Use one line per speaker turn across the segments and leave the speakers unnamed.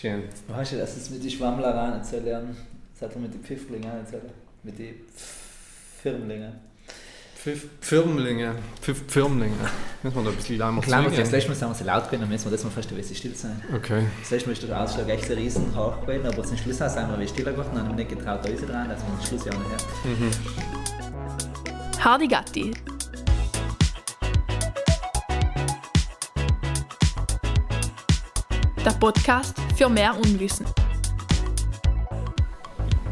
Schön.
Weißt du, das ist mit den Schwammlerern erzählen, das hat er mit den Pfifflingen erzählen, mit den Firmlingen.
Pfiff, Pfirmlinge. Pfiff, Pfirmlinge. Müssen wir da ein bisschen leimer
Klar, wir das
singen.
letzte Mal sind wir so laut gewesen, dann müssen wir das mal fast ein bisschen still sein.
Okay.
Das letzte Mal ist der Ausschlag echt ein riesen Rauch gewesen, aber zum Schluss auch sind wir ein bisschen stiller geworden und haben nicht getraut, da raus dran, dass wir den Schluss ja auch nicht her.
Hardy Gatti. Der Podcast für mehr Unwissen.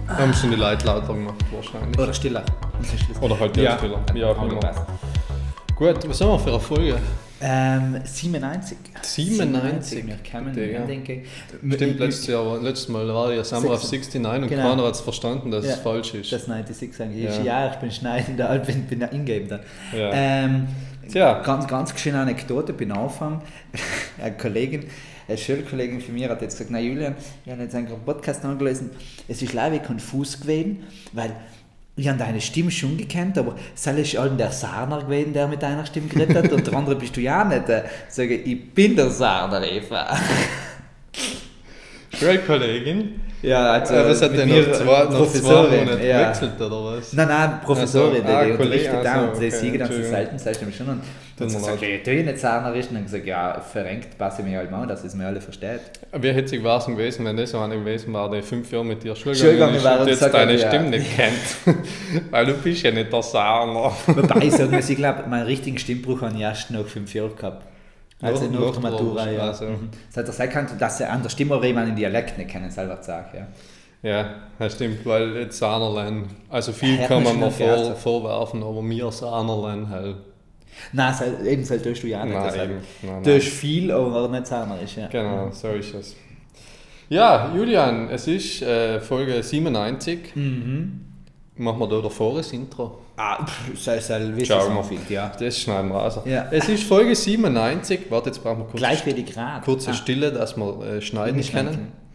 Da haben schon die Leute lauter gemacht, wahrscheinlich.
Oder stiller. Das ist Schluss.
Oder halt
Ja.
ja. stiller. Ja, genau. auch immer.
Angepasst.
Gut, was haben wir für eine Folge?
Ähm, 97.
97.
Wir kommen,
Digga.
denke ich.
Stimmt, letztes, Jahr, letztes Mal war ja Summer of
96
69 und
Genau.
keiner hat es verstanden, dass
Ja.
es falsch ist.
Das 96 sagen ich.
Ja.
Ja. ich bin schneidender und bin, bin ingame dann.
Ja.
Ähm,
Tja.
Ganz, ganz schöne Anekdote, bin Anfang. Eine Kollegin, eine Schulkollegin von mir hat jetzt gesagt, na Julian, wir haben jetzt einen Podcast angelesen, es ist leider konfus gewesen, weil ich habe deine Stimme schon gekannt, aber soll ich allen der Sarner gewesen, der mit deiner Stimme geredet hat und der andere bist du ja nicht. äh. Sage ich, ich bin der Sarner, Eva.
Great Kollegin.
Ja, also
Ja, was hat denn
mir
noch zwei, noch zwei
Professorin,
Monate
ja.
gewechselt oder was?
Nein, nein, Professorin,
Ach so, ah,
die unterrichtet
Kollege, ach
da
so,
und
okay,
sie okay, dann so
Entschuldigung.
selten, vielleicht habe ich schon. Und dann
mir
gesagt,
leid.
okay, tu ich nicht Zahnerin. Und dann gesagt, ja, verrenkt, passe ich mich halt mal, an, dass es mir alle versteht.
Wie hätte es gewesen, wenn das so eine gewesen war, die fünf Jahre mit dir Schule
Schule
gegangen ist
gegangen war
und
und
jetzt
sagt
deine
hat, ja.
Stimme nicht kennt? Weil du bist ja nicht der Sarner.
Wobei ich sagen muss, ich glaube, meinen richtigen Stimmbruch habe ich erst nach fünf Jahren gehabt. Also
Nach-
nach,
nach
der
der
Matura,
Matura,
ja.
also.
Mhm. Das hat er sein können, dass er an der Stimme jemanden Dialekt nicht kennen, selber sagt, ja.
Ja, das stimmt, weil jetzt Sanerlein, also viel
Ja, hat
kann
man
man mir
schon noch
vor,
gehört.
vorwerfen, aber mir Sanerlein halt.
Nein, soll, eben soll tust du ja nicht.
Nein,
Ah, das
eben. Nein, nein.
Du hast viel, aber nicht zahnerisch, ja.
Genau, so ist es. Ja, Julian, es ist äh, Folge 97.
Mhm.
Machen wir da davor das Intro.
Ah, pff, soll, soll, wissen
Schauen
Sie
wir.
noch viel, ja.
Das schneiden wir raus.
Ja.
Es ist Folge 97. Warte, jetzt brauchen wir kurz
Gleich wie die Grad.
kurze
Ah.
Stille, dass wir äh, schneiden
Nicht
können.
schneiden.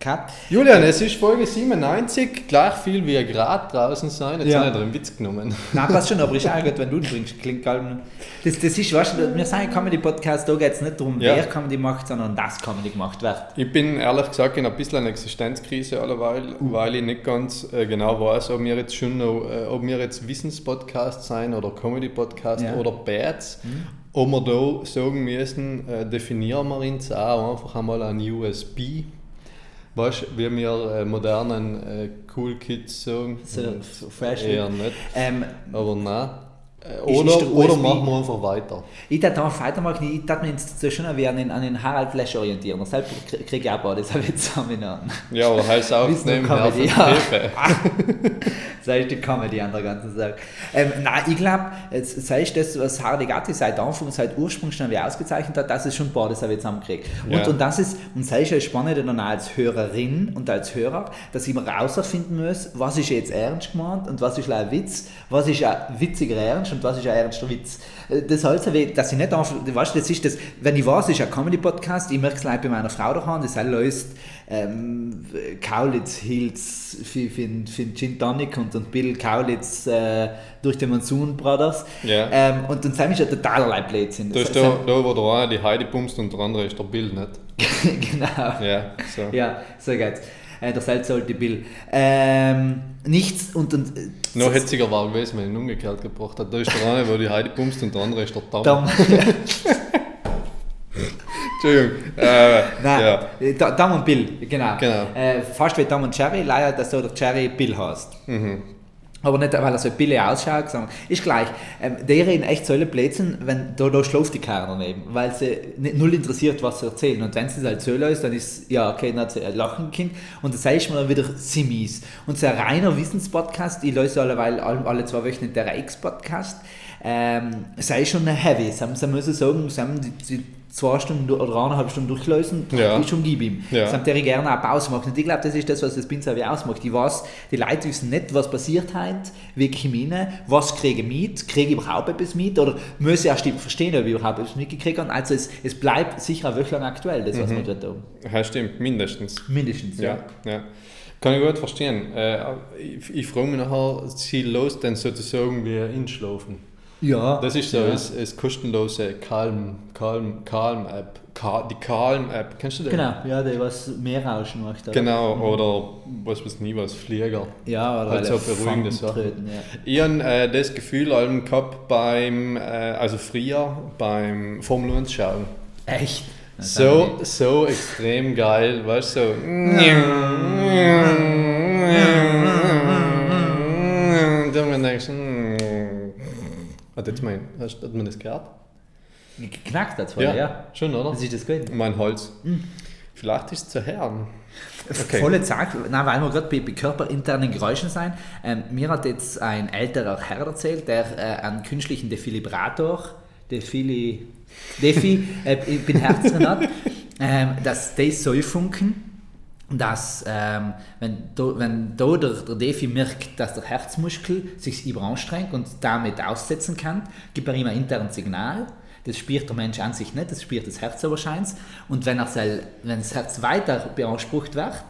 Cut.
Julian, es ist Folge 97, gleich viel wie Grad draußen sein. Jetzt
Ja.
habe ich einen Witz genommen.
Nein, passt schon, aber ist auch gut, wenn du ihn bringst. Klingt geil. ne? Das, das ist, weißt du, wir sagen Comedy-Podcast, da geht es nicht darum,
Ja.
wer Comedy macht, sondern dass Comedy gemacht wird.
Ich bin ehrlich gesagt in ein bisschen einer Existenzkrise alleweil,
Mhm.
weil ich nicht ganz äh, genau weiß, ob wir jetzt schon noch, äh, ob wir jetzt Wissenspodcast sein oder Comedy-Podcast
Ja. Mhm.
oder Bats. Ob wir da sagen müssen, äh, definieren wir uns auch einfach einmal ein USB. Weißt du, wie wir äh, modernen äh, Cool Kids sagen? Hm.
So, so fresh.
Eher nicht,
Ähm,
aber nein. Äh,
Ist-
Oder,
ist der
oder
USB?
machen wir einfach weiter.
ich darf da weitermachen, ich darf mich jetzt so schon an den, an den Harald Lesch orientieren. Das selber kriege ich auch ein paar, das habe ich zusammen an.
Ja, aber heißt auch,
Wissen und
nehmen wir auf den
Comedy, ja.
Hilfe.
Das ist die Comedy an der ganzen Sache. Ähm, nein, ich glaube, sei es das, was Hardy Gatti seit Anfang, seit Ursprung schon wie ausgezeichnet hat, das ist schon ein paar, das habe ich zusammengekriegt. Und,
Ja.
und das ist, und sei es spannend dann auch als Hörerin und als Hörer, dass ich mir herausfinden muss, was ist jetzt ernst gemeint und was ist ein Witz, was ist ein witziger Ernst und was ist ein ernster Witz. Äh, Das heißt, dass ich nicht einfach, weißt du, das ist das, wenn ich weiß, es ist ein Comedy-Podcast, ich merke es leider bei meiner Frau daheim, das löst ähm, Kaulitz, Hills, für, für, für Gin Tonic und, und Bill Kaulitz äh, durch die Monsoon Brothers.
Ja.
Ähm, und dann sind wir schon totalerlei Blödsinn.
Da ist
Das-
der, da, wo der eine die Heidi pumst und der andere ist der Bill, nicht?
genau.
Ja, so.
Ja, so geht's. Äh, der Salz sollte Bill. Ähm, nichts und. und äh,
Noch hetziger war gewesen, wenn ich ihn umgekehrt gebracht hat. Da ist der eine, wo die Heidi pumst und der andere ist der Tom.
Dam-
Entschuldigung. Äh,
Nein,
ja.
äh, Da- Dam und Bill, genau.
Genau.
Äh, fast wie Dam und Jerry, leider, dass du der Jerry Bill hast. Aber nicht, weil er so billig ausschaut, sondern ist gleich. Ähm, die reden echt so alle Blödsinn, wenn da, da schläft die Kerl daneben, weil sie nicht, null interessiert, was sie erzählen. Und wenn es halt so ist, dann ist, ja, okay, dann hat sie ein lachen Kind und das heißt man dann wieder Simis. Und so ein reiner Wissenspodcast, ich lese alleweil alle, alle zwei Wochen in der X-Podcast, ähm, sei schon ein Heavy. Sie haben- sie müssen sagen, sie haben die, die zwei Stunden oder eineinhalb Stunden durchlösen,
Ja.
ist schon gib ihm.
Ja.
Sie haben der gerne eine Pause macht. Und ich glaube, das ist das, was das Pinsavi ausmacht. Ich weiß, die Leute wissen nicht, was passiert heute, wirklich im Innen, was kriege ich mit, kriege ich überhaupt etwas mit oder muss ich erst verstehen, ob ich überhaupt etwas mitgekriegt habe. Also es, es bleibt sicher eine Woche lang aktuell, das, was wir dort haben.
ja, stimmt, mindestens.
Mindestens, ja.
Mhm. Ja, ja. Kann ich gut verstehen. Äh, ich ich frage mich nachher, sie los denn sozusagen wie einschlafen.
Ja.
Das ist so,
Ja.
es, es kostenlose Calm, Calm, Calm App. Ka die Calm-App, kennst du den?
Genau, ja, der was mehr rauschen macht. oder?
Genau, oder was weiß nie was, Flieger.
Ja, oder
Halt
weil
so
er
beruhigende Sachen.
Funkentröten, ja.
Ich habe äh, das Gefühl allem gehabt beim, äh, also früher beim Formel 1 schauen.
Echt? Das haben wir
So, so extrem geil, weißt du, so. Und dann denkst du, hm. hat, jetzt mein, hast- hat man das gehört?
nicht. Geknackt hat vorher, ja.
Schon, oder?
Das ist das gut. Hm.
Mein Holz. Vielleicht ist es zu Herren. Okay.
Volle Zack, nein, weil wir gerade bei, bei körperinternen Geräuschen sein. Ähm, mir hat jetzt ein älterer Herr erzählt, der äh, einen künstlichen Defilibrator, Defili, Defi, äh, ich bin Herz drin hat, ähm, dass die Säufunken, dass ähm, wenn, do, wenn do der, der Defi merkt, dass der Herzmuskel sich überanstrengt und damit aussetzen kann, gibt er ihm ein internes Signal. Das spürt der Mensch an sich nicht, das spürt das Herz wahrscheinlich. Und wenn, er sein, wenn das Herz weiter beansprucht wird,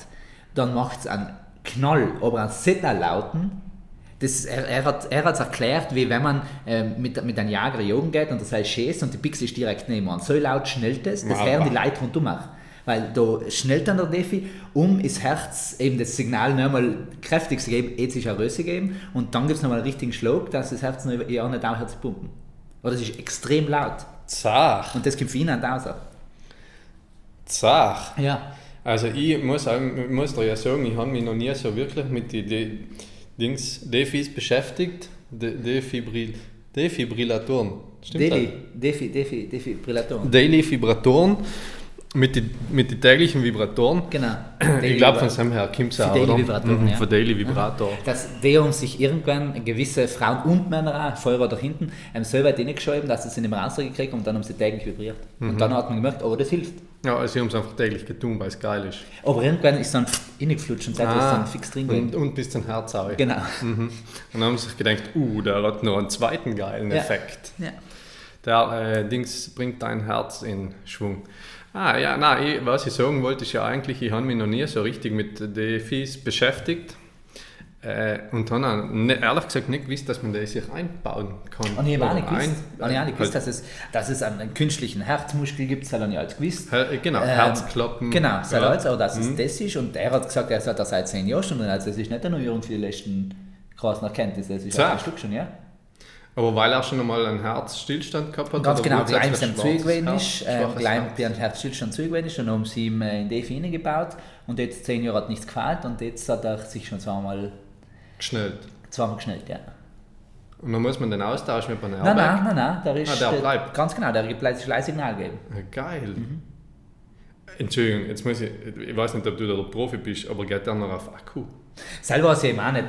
dann macht es einen Knall, aber einen sehr lauten. Das, er, er hat es er hat's erklärt, wie wenn man ähm, mit, mit einem Jager jagen geht und das heißt schießt und die Pixel ist direkt nebenan. So laut schnellt es, das
Wow.
hören die Leute rundum auch. Weil da schnellt dann der Defi, um ins Herz eben das Signal nochmal kräftig zu geben, jetzt ist eine Röse geben und dann gibt es nochmal einen richtigen Schlag, dass das Herz noch ja nicht aufhört zu pumpen. Oder es ist extrem laut.
Zach,
Und das kommt für ihn nicht aus.
zach.
Ja.
Also ich muss, sagen, ich muss dir ja sagen, ich habe mich noch nie so wirklich mit den De Dings, Defis beschäftigt. De Defibril Defibrillatoren. Stimmt
Defi, Defi, Defi, Defi,
das?
Brillatoren.
Daily Vibratoren. Mit den mit die täglichen Vibratoren.
Genau.
ich glaube, von seinem her kommt es auch,
Daily
oder?
Vibratoren,
mhm,
ja.
Von Daily Vibrator.
dass der um sich irgendwann gewisse Frauen und Männer auch, Feuer da hinten, ähm, so weit hineingeschoben, dass sie es in den Raster gekriegt haben und dann haben sie täglich vibriert.
Mhm.
Und dann hat man gemerkt, oh, das hilft.
Ja, also sie haben es einfach täglich getan, weil es geil ist. Ah.
Aber irgendwann ist dann reingeflutscht und seitdem ist dann fix drin
und, Mhm.
gewesen.
und bis zum Herz auch.
Genau.
Und dann haben sie sich gedacht, uh, der hat noch einen zweiten geilen
Ja.
Effekt.
Ja.
Der äh, Dings bringt dein Herz in Schwung. Ah ja, na, ich, was ich sagen wollte, ist ja eigentlich, ich habe mich noch nie so richtig mit Defis beschäftigt. Äh, und dann auch ne, ehrlich gesagt nicht gewusst, dass man das sich einbauen kann.
Und ich habe auch nicht
Oder
gewusst,
ein-
und ich habe auch nicht gewusst
halt,
dass, es, dass es einen, einen künstlichen Herzmuskel gibt, das habe ich nicht gewusst.
Her- genau, Herzklappen.
Ähm, Genau, das
Ja. Mhm.
ja. aber dass es das ist. Und er hat gesagt, er hat das seit zehn Jahren schon. drin. Also, das ist nicht eine Neuerung für die letzten krassen Erkenntnisse. Das ist
Klar.
ein Stück schon, ja.
Aber weil er schon einmal einen Herzstillstand gehabt hat.
Ganz
oder
genau, die
grundsätzlich
einem sind
schwarzes
zugewiesen
Herz,
ist, ähm,
schwaches
gleich
Herz.
der Herzstillstand zugewiesen ist und haben sie ihm äh, in Defi hineingebaut und jetzt zehn Jahre hat nichts gefällt und jetzt hat er sich schon zweimal,
Geschnellt.
zweimal geschnellt, ja.
Und dann muss man den austauschen mit einem
Nein,
Airbag.
nein, nein, nein, der ist,
Ah, der bleibt.
ganz genau, der gibt leise leise Signal geben.
Ja, Geil. Mhm. Entschuldigung, jetzt muss ich, ich weiß nicht, ob du da der Profi bist, aber geht der noch auf Akku?
Selber weiß ich eben auch nicht.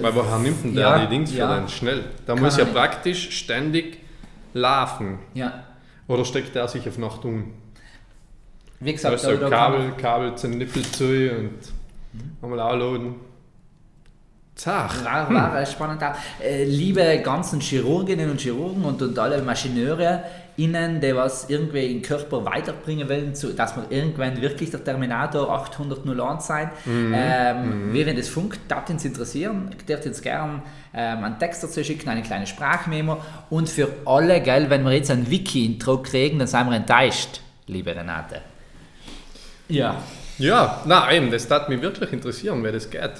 Weil woher nimmt denn der
Ja,
die Dings für
ja.
den schnell? Da
Keine
muss ja
Ahnung.
praktisch ständig laufen.
Ja,
Oder steckt der sich auf Nacht um?
wie
Da
gesagt,
ist so
da- da kann man-
Kabel,
Mhm.
Kabel zum Nippel zu und einmal anladen. Zach.
War, war äh, spannend auch. Äh, Liebe ganzen Chirurginnen und Chirurgen und, und alle Maschineure, innen, die was irgendwie den Körper weiterbringen wollen, zu, dass man irgendwann wirklich der Terminator 800 sein. Ähm, Wie wenn das funkt, darf uns interessieren, darf uns gern ähm, einen Text dazu schicken, eine kleine Sprachmemo. Und für alle, gell, wenn wir jetzt ein Wiki-Intro kriegen, dann sind wir enttäuscht, liebe Renate. Ja.
Ja, na eben, das tat mich wirklich interessieren, wer das geht.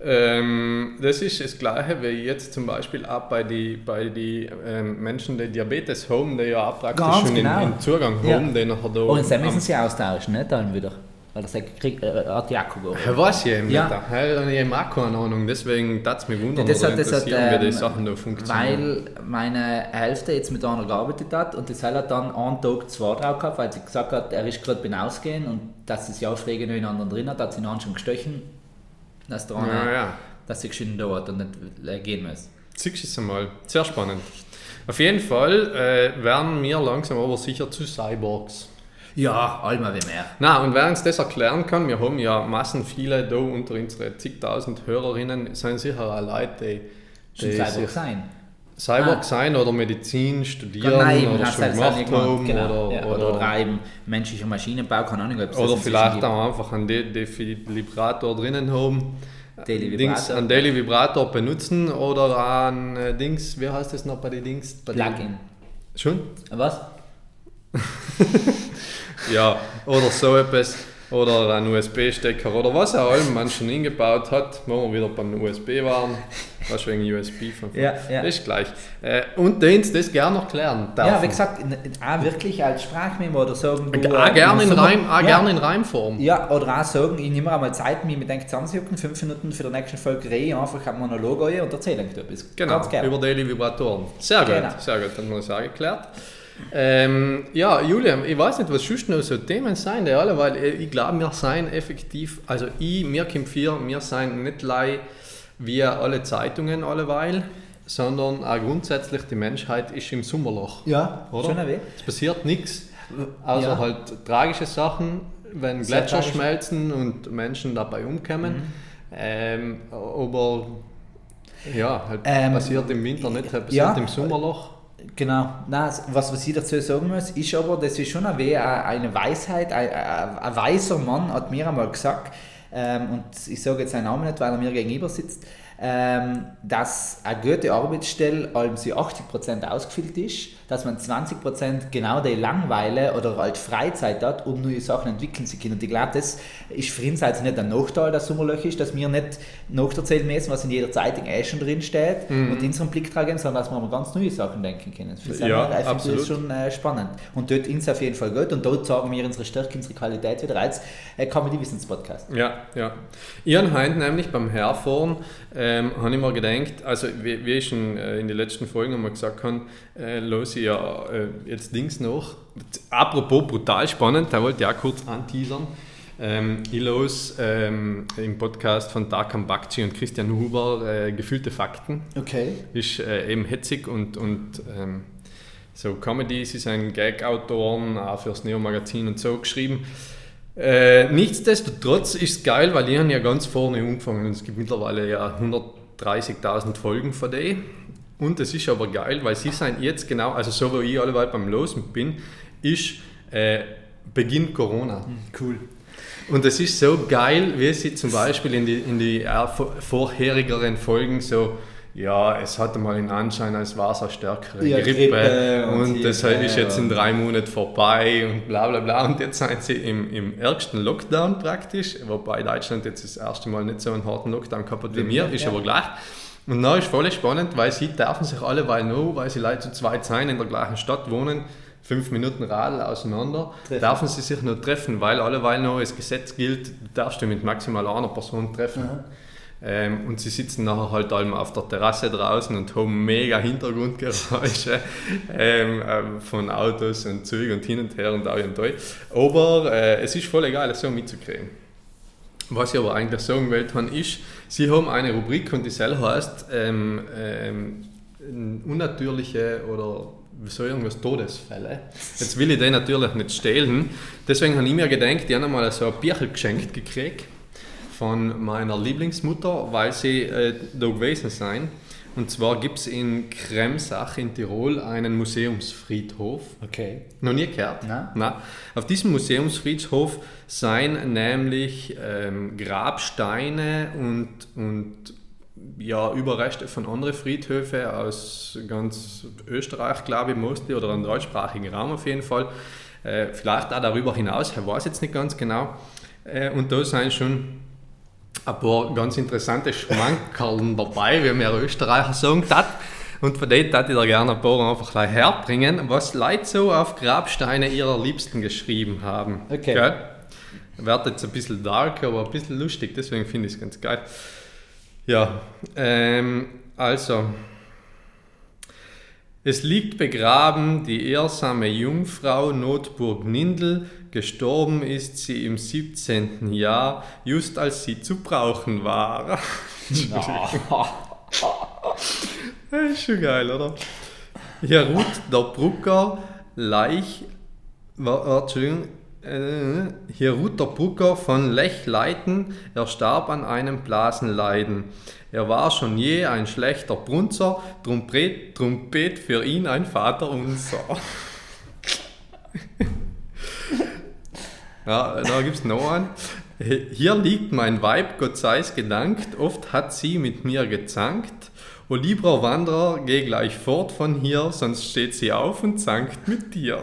Ähm, das ist das Gleiche, wie jetzt zum Beispiel auch bei den bei die, ähm, Menschen, die Diabetes haben, die ja auch praktisch
Ganz
schon
genau.
in, in Zugang
Ja.
haben, die nachher da.
Und dann müssen
am-
sie austauschen, ne, dann wieder. Weil das kriegt, äh, hat Jakob auch.
Ja, weiß ich eben
Ja.
nicht. Ich habe ich eben auch keine Ahnung, deswegen tat es mich wundern,
Ja, das
oder
hat- das hat,
interessieren, wie die
ähm,
Sachen da funktionieren.
Weil meine Hälfte jetzt mit einer gearbeitet hat und das hat dann einen Tag zwei drauf gehabt, weil sie gesagt hat, er ist gerade beim Ausgehen und dass das ja Aufregen in anderen drin hat, hat sie ihn anderen schon gestochen, dass, der andere,
ja, ja.
dass sie geschwind da hat und nicht äh, gehen muss.
Siehst du es einmal. Sehr spannend. Auf jeden Fall äh, werden wir langsam aber sicher zu Cyborgs.
Ja, einmal wie mehr.
Na, und wer uns das erklären kann, wir haben ja massen viele da unter unseren zigtausend Hörerinnen, sind sicher auch Leute, die,
Schon
die
Cyborg
sich
sein.
Cyborg
Ah.
sein oder Medizin studieren
Nein, eben,
oder
hast
schon
du halt
gemacht
selber
haben
gemacht, genau.
oder,
Ja,
oder,
Oder drei im menschlichen Maschinenbau, keine Ahnung, ob es das
oder
inzwischen
vielleicht
gibt.
auch einfach einen De- Defibrillator drinnen haben.
Daily
Dings,
Vibrator.
einen Daily Vibrator benutzen oder einen äh, Dings, wie heißt das noch bei den Dings? Bei den-
Plugin.
Schon?
Was?
ja, oder so etwas, oder einen USB-Stecker oder was auch immer man schon eingebaut hat, wo wir wieder beim USB waren, was wegen USB von
Ja, ja.
ist gleich. Äh, und den das gerne noch klären darf.
Ja, wie gesagt, n- n- auch wirklich als Sprachmemo oder sagen du,
auch
äh,
gerne in,
Sommer-
Reim, auch
ja.
gerne in Reimform.
Ja, oder auch sagen, ich nehme mir einmal Zeit, mich mit denke zusammenzujucken, fünf Minuten für die nächste Folge rede ich einfach einen Monolog an und erzähle euch etwas.
Genau,
Ganz gerne.
über Daily Vibratoren. Sehr gut,
Genau.
sehr gut, haben wir das auch geklärt. Ähm, ja, Julian, ich weiß nicht, was sonst noch so Themen sein, die alle, weil äh, ich glaube, wir seien effektiv, also ich, mir Kim 4, wir seien nicht lei wie alle Zeitungen alleweil, sondern auch grundsätzlich die Menschheit ist im Sommerloch.
Ja,
Oder?
schon ein Weg.
Es passiert nichts, außer
Ja.
halt tragische Sachen, wenn
Sehr
Gletscher
tragisch. Mhm.
schmelzen und Menschen dabei umkommen. Ähm, aber ja, halt
Ähm,
passiert im Winter nicht, halt
ja.
passiert im Sommerloch.
Genau. Nein, s- was, was ich dazu sagen muss, ist aber, das ist schon ein weh, ein- eine Weisheit, ein, ein, ein weiser Mann hat mir einmal gesagt, ähm, und ich sage jetzt seinen Namen nicht, weil er mir gegenüber sitzt, ähm, dass eine gute Arbeitsstelle allem sie 80% ausgefüllt ist, dass man 20% genau die Langweile oder halt Freizeit hat, um neue Sachen entwickeln zu können. Und ich glaube, das ist für uns also nicht ein Nachteil, dass Sommerloch ist, dass wir nicht nacherzählen müssen, was in jeder Zeitung eh schon drin steht
Mhm.
und unseren Blick tragen, sondern dass wir an ganz neue Sachen denken können. Für
Ja,
Samuel, ich finde
absolut.
das schon äh, spannend. Und dort uns auf jeden Fall gut und dort sagen wir unsere Stärke, unsere Qualität wieder als äh, Comedy-Wissens-Podcast.
Ja, ja. Ihren Heint nämlich beim Herfahren ähm, habe ich mir gedacht, also wie, wie ich schon äh, in den letzten Folgen einmal gesagt habe, äh, los ich ja äh, jetzt Dings noch. Apropos brutal spannend, da wollte ich auch kurz anteasern. Ähm, ich los ähm, im Podcast von Darkan Bakci und Christian Huber äh, gefühlte Fakten
Okay.
ist äh, eben hetzig und, und ähm, so Comedy, sie sind Gag-Autoren, auch fürs Neo-Magazin und so geschrieben. Äh, nichtsdestotrotz ist es geil, weil die haben ja ganz vorne angefangen und es gibt mittlerweile ja 130.000 Folgen von denen. Und es ist aber geil, weil sie sind jetzt genau, also so wie ich alleweil beim Losen bin, ist äh, Beginn Corona.
Hm, Cool.
Und es ist so geil, wie sie zum Beispiel in die, in die äh, vor- vorherigeren Folgen so, ja, es hatte mal den Anschein, als war es eine stärkere
Ja,
Grippe,
Grippe und
und,
hier,
das
ja,
ist jetzt
ja.
in drei Monaten vorbei und bla bla bla. Und jetzt sind sie im, im ärgsten Lockdown praktisch, wobei Deutschland jetzt das erste Mal nicht so einen harten Lockdown gehabt hat wie mir, ist
ja.
aber gleich. Und da ist voll spannend, weil sie dürfen sich alle, weil nur, weil sie Leute zu zweit sein, in der gleichen Stadt wohnen, fünf Minuten Radl auseinander,
Treffen.
dürfen sie sich nur treffen, weil alleweil noch das Gesetz gilt, du darfst du mit maximal einer Person treffen. Ähm, und sie sitzen nachher halt allem auf der Terrasse draußen und haben mega Hintergrundgeräusche ähm, ähm, von Autos und Zügen und hin und her und da und da. Aber äh, es ist voll egal, das so mitzukriegen. Was ich aber eigentlich sagen wollte, han, ist, sie haben eine Rubrik und die selber heißt ähm, ähm, unnatürliche oder wie soll ich irgendwas Todesfälle. Jetzt will ich den natürlich nicht stehlen. Deswegen habe ich mir gedacht, die haben einmal so ein Bierchen geschenkt gekriegt von meiner Lieblingsmutter, weil sie äh, da gewesen sein. Und zwar gibt es in Kremsach in Tirol einen Museumsfriedhof.
Okay.
Noch nie gehört?
Nein.
Auf diesem Museumsfriedhof seien nämlich ähm, Grabsteine und, und ja, Überreste von anderen Friedhöfen aus ganz Österreich, glaube ich, mostly, oder im deutschsprachigen Raum auf jeden Fall. Äh, vielleicht auch darüber hinaus, ich weiß jetzt nicht ganz genau. Äh, und da seien schon ein paar ganz interessante Schmankerln dabei, wie mir Österreicher sagen tat. Und von denen tat ich da gerne ein paar einfach gleich herbringen, was Leute so auf Grabsteine ihrer Liebsten geschrieben haben.
Okay.
Gell? Wird jetzt ein bisschen dark, aber ein bisschen lustig, deswegen finde ich es ganz geil. Ja, ähm, also. Es liegt begraben die ehrsame Jungfrau Notburg Nindl, gestorben ist sie im 17. Jahr, just als sie zu brauchen war. Das ist schon geil, oder? Hier ruht der Brucker Leich. wa- wa- Entschuldigung. äh, Hier ruht der Brucker von Lechleiten. Er starb an einem Blasenleiden. Er war schon je ein schlechter Brunzer. Trumpet, Trumpet für ihn ein Vater unser. Ja, da gibt's noch einen. Hier liegt mein Weib, Gott sei's gedankt, oft hat sie mit mir gezankt. O lieber Wanderer, geh gleich fort von hier, sonst steht sie auf und zankt mit dir.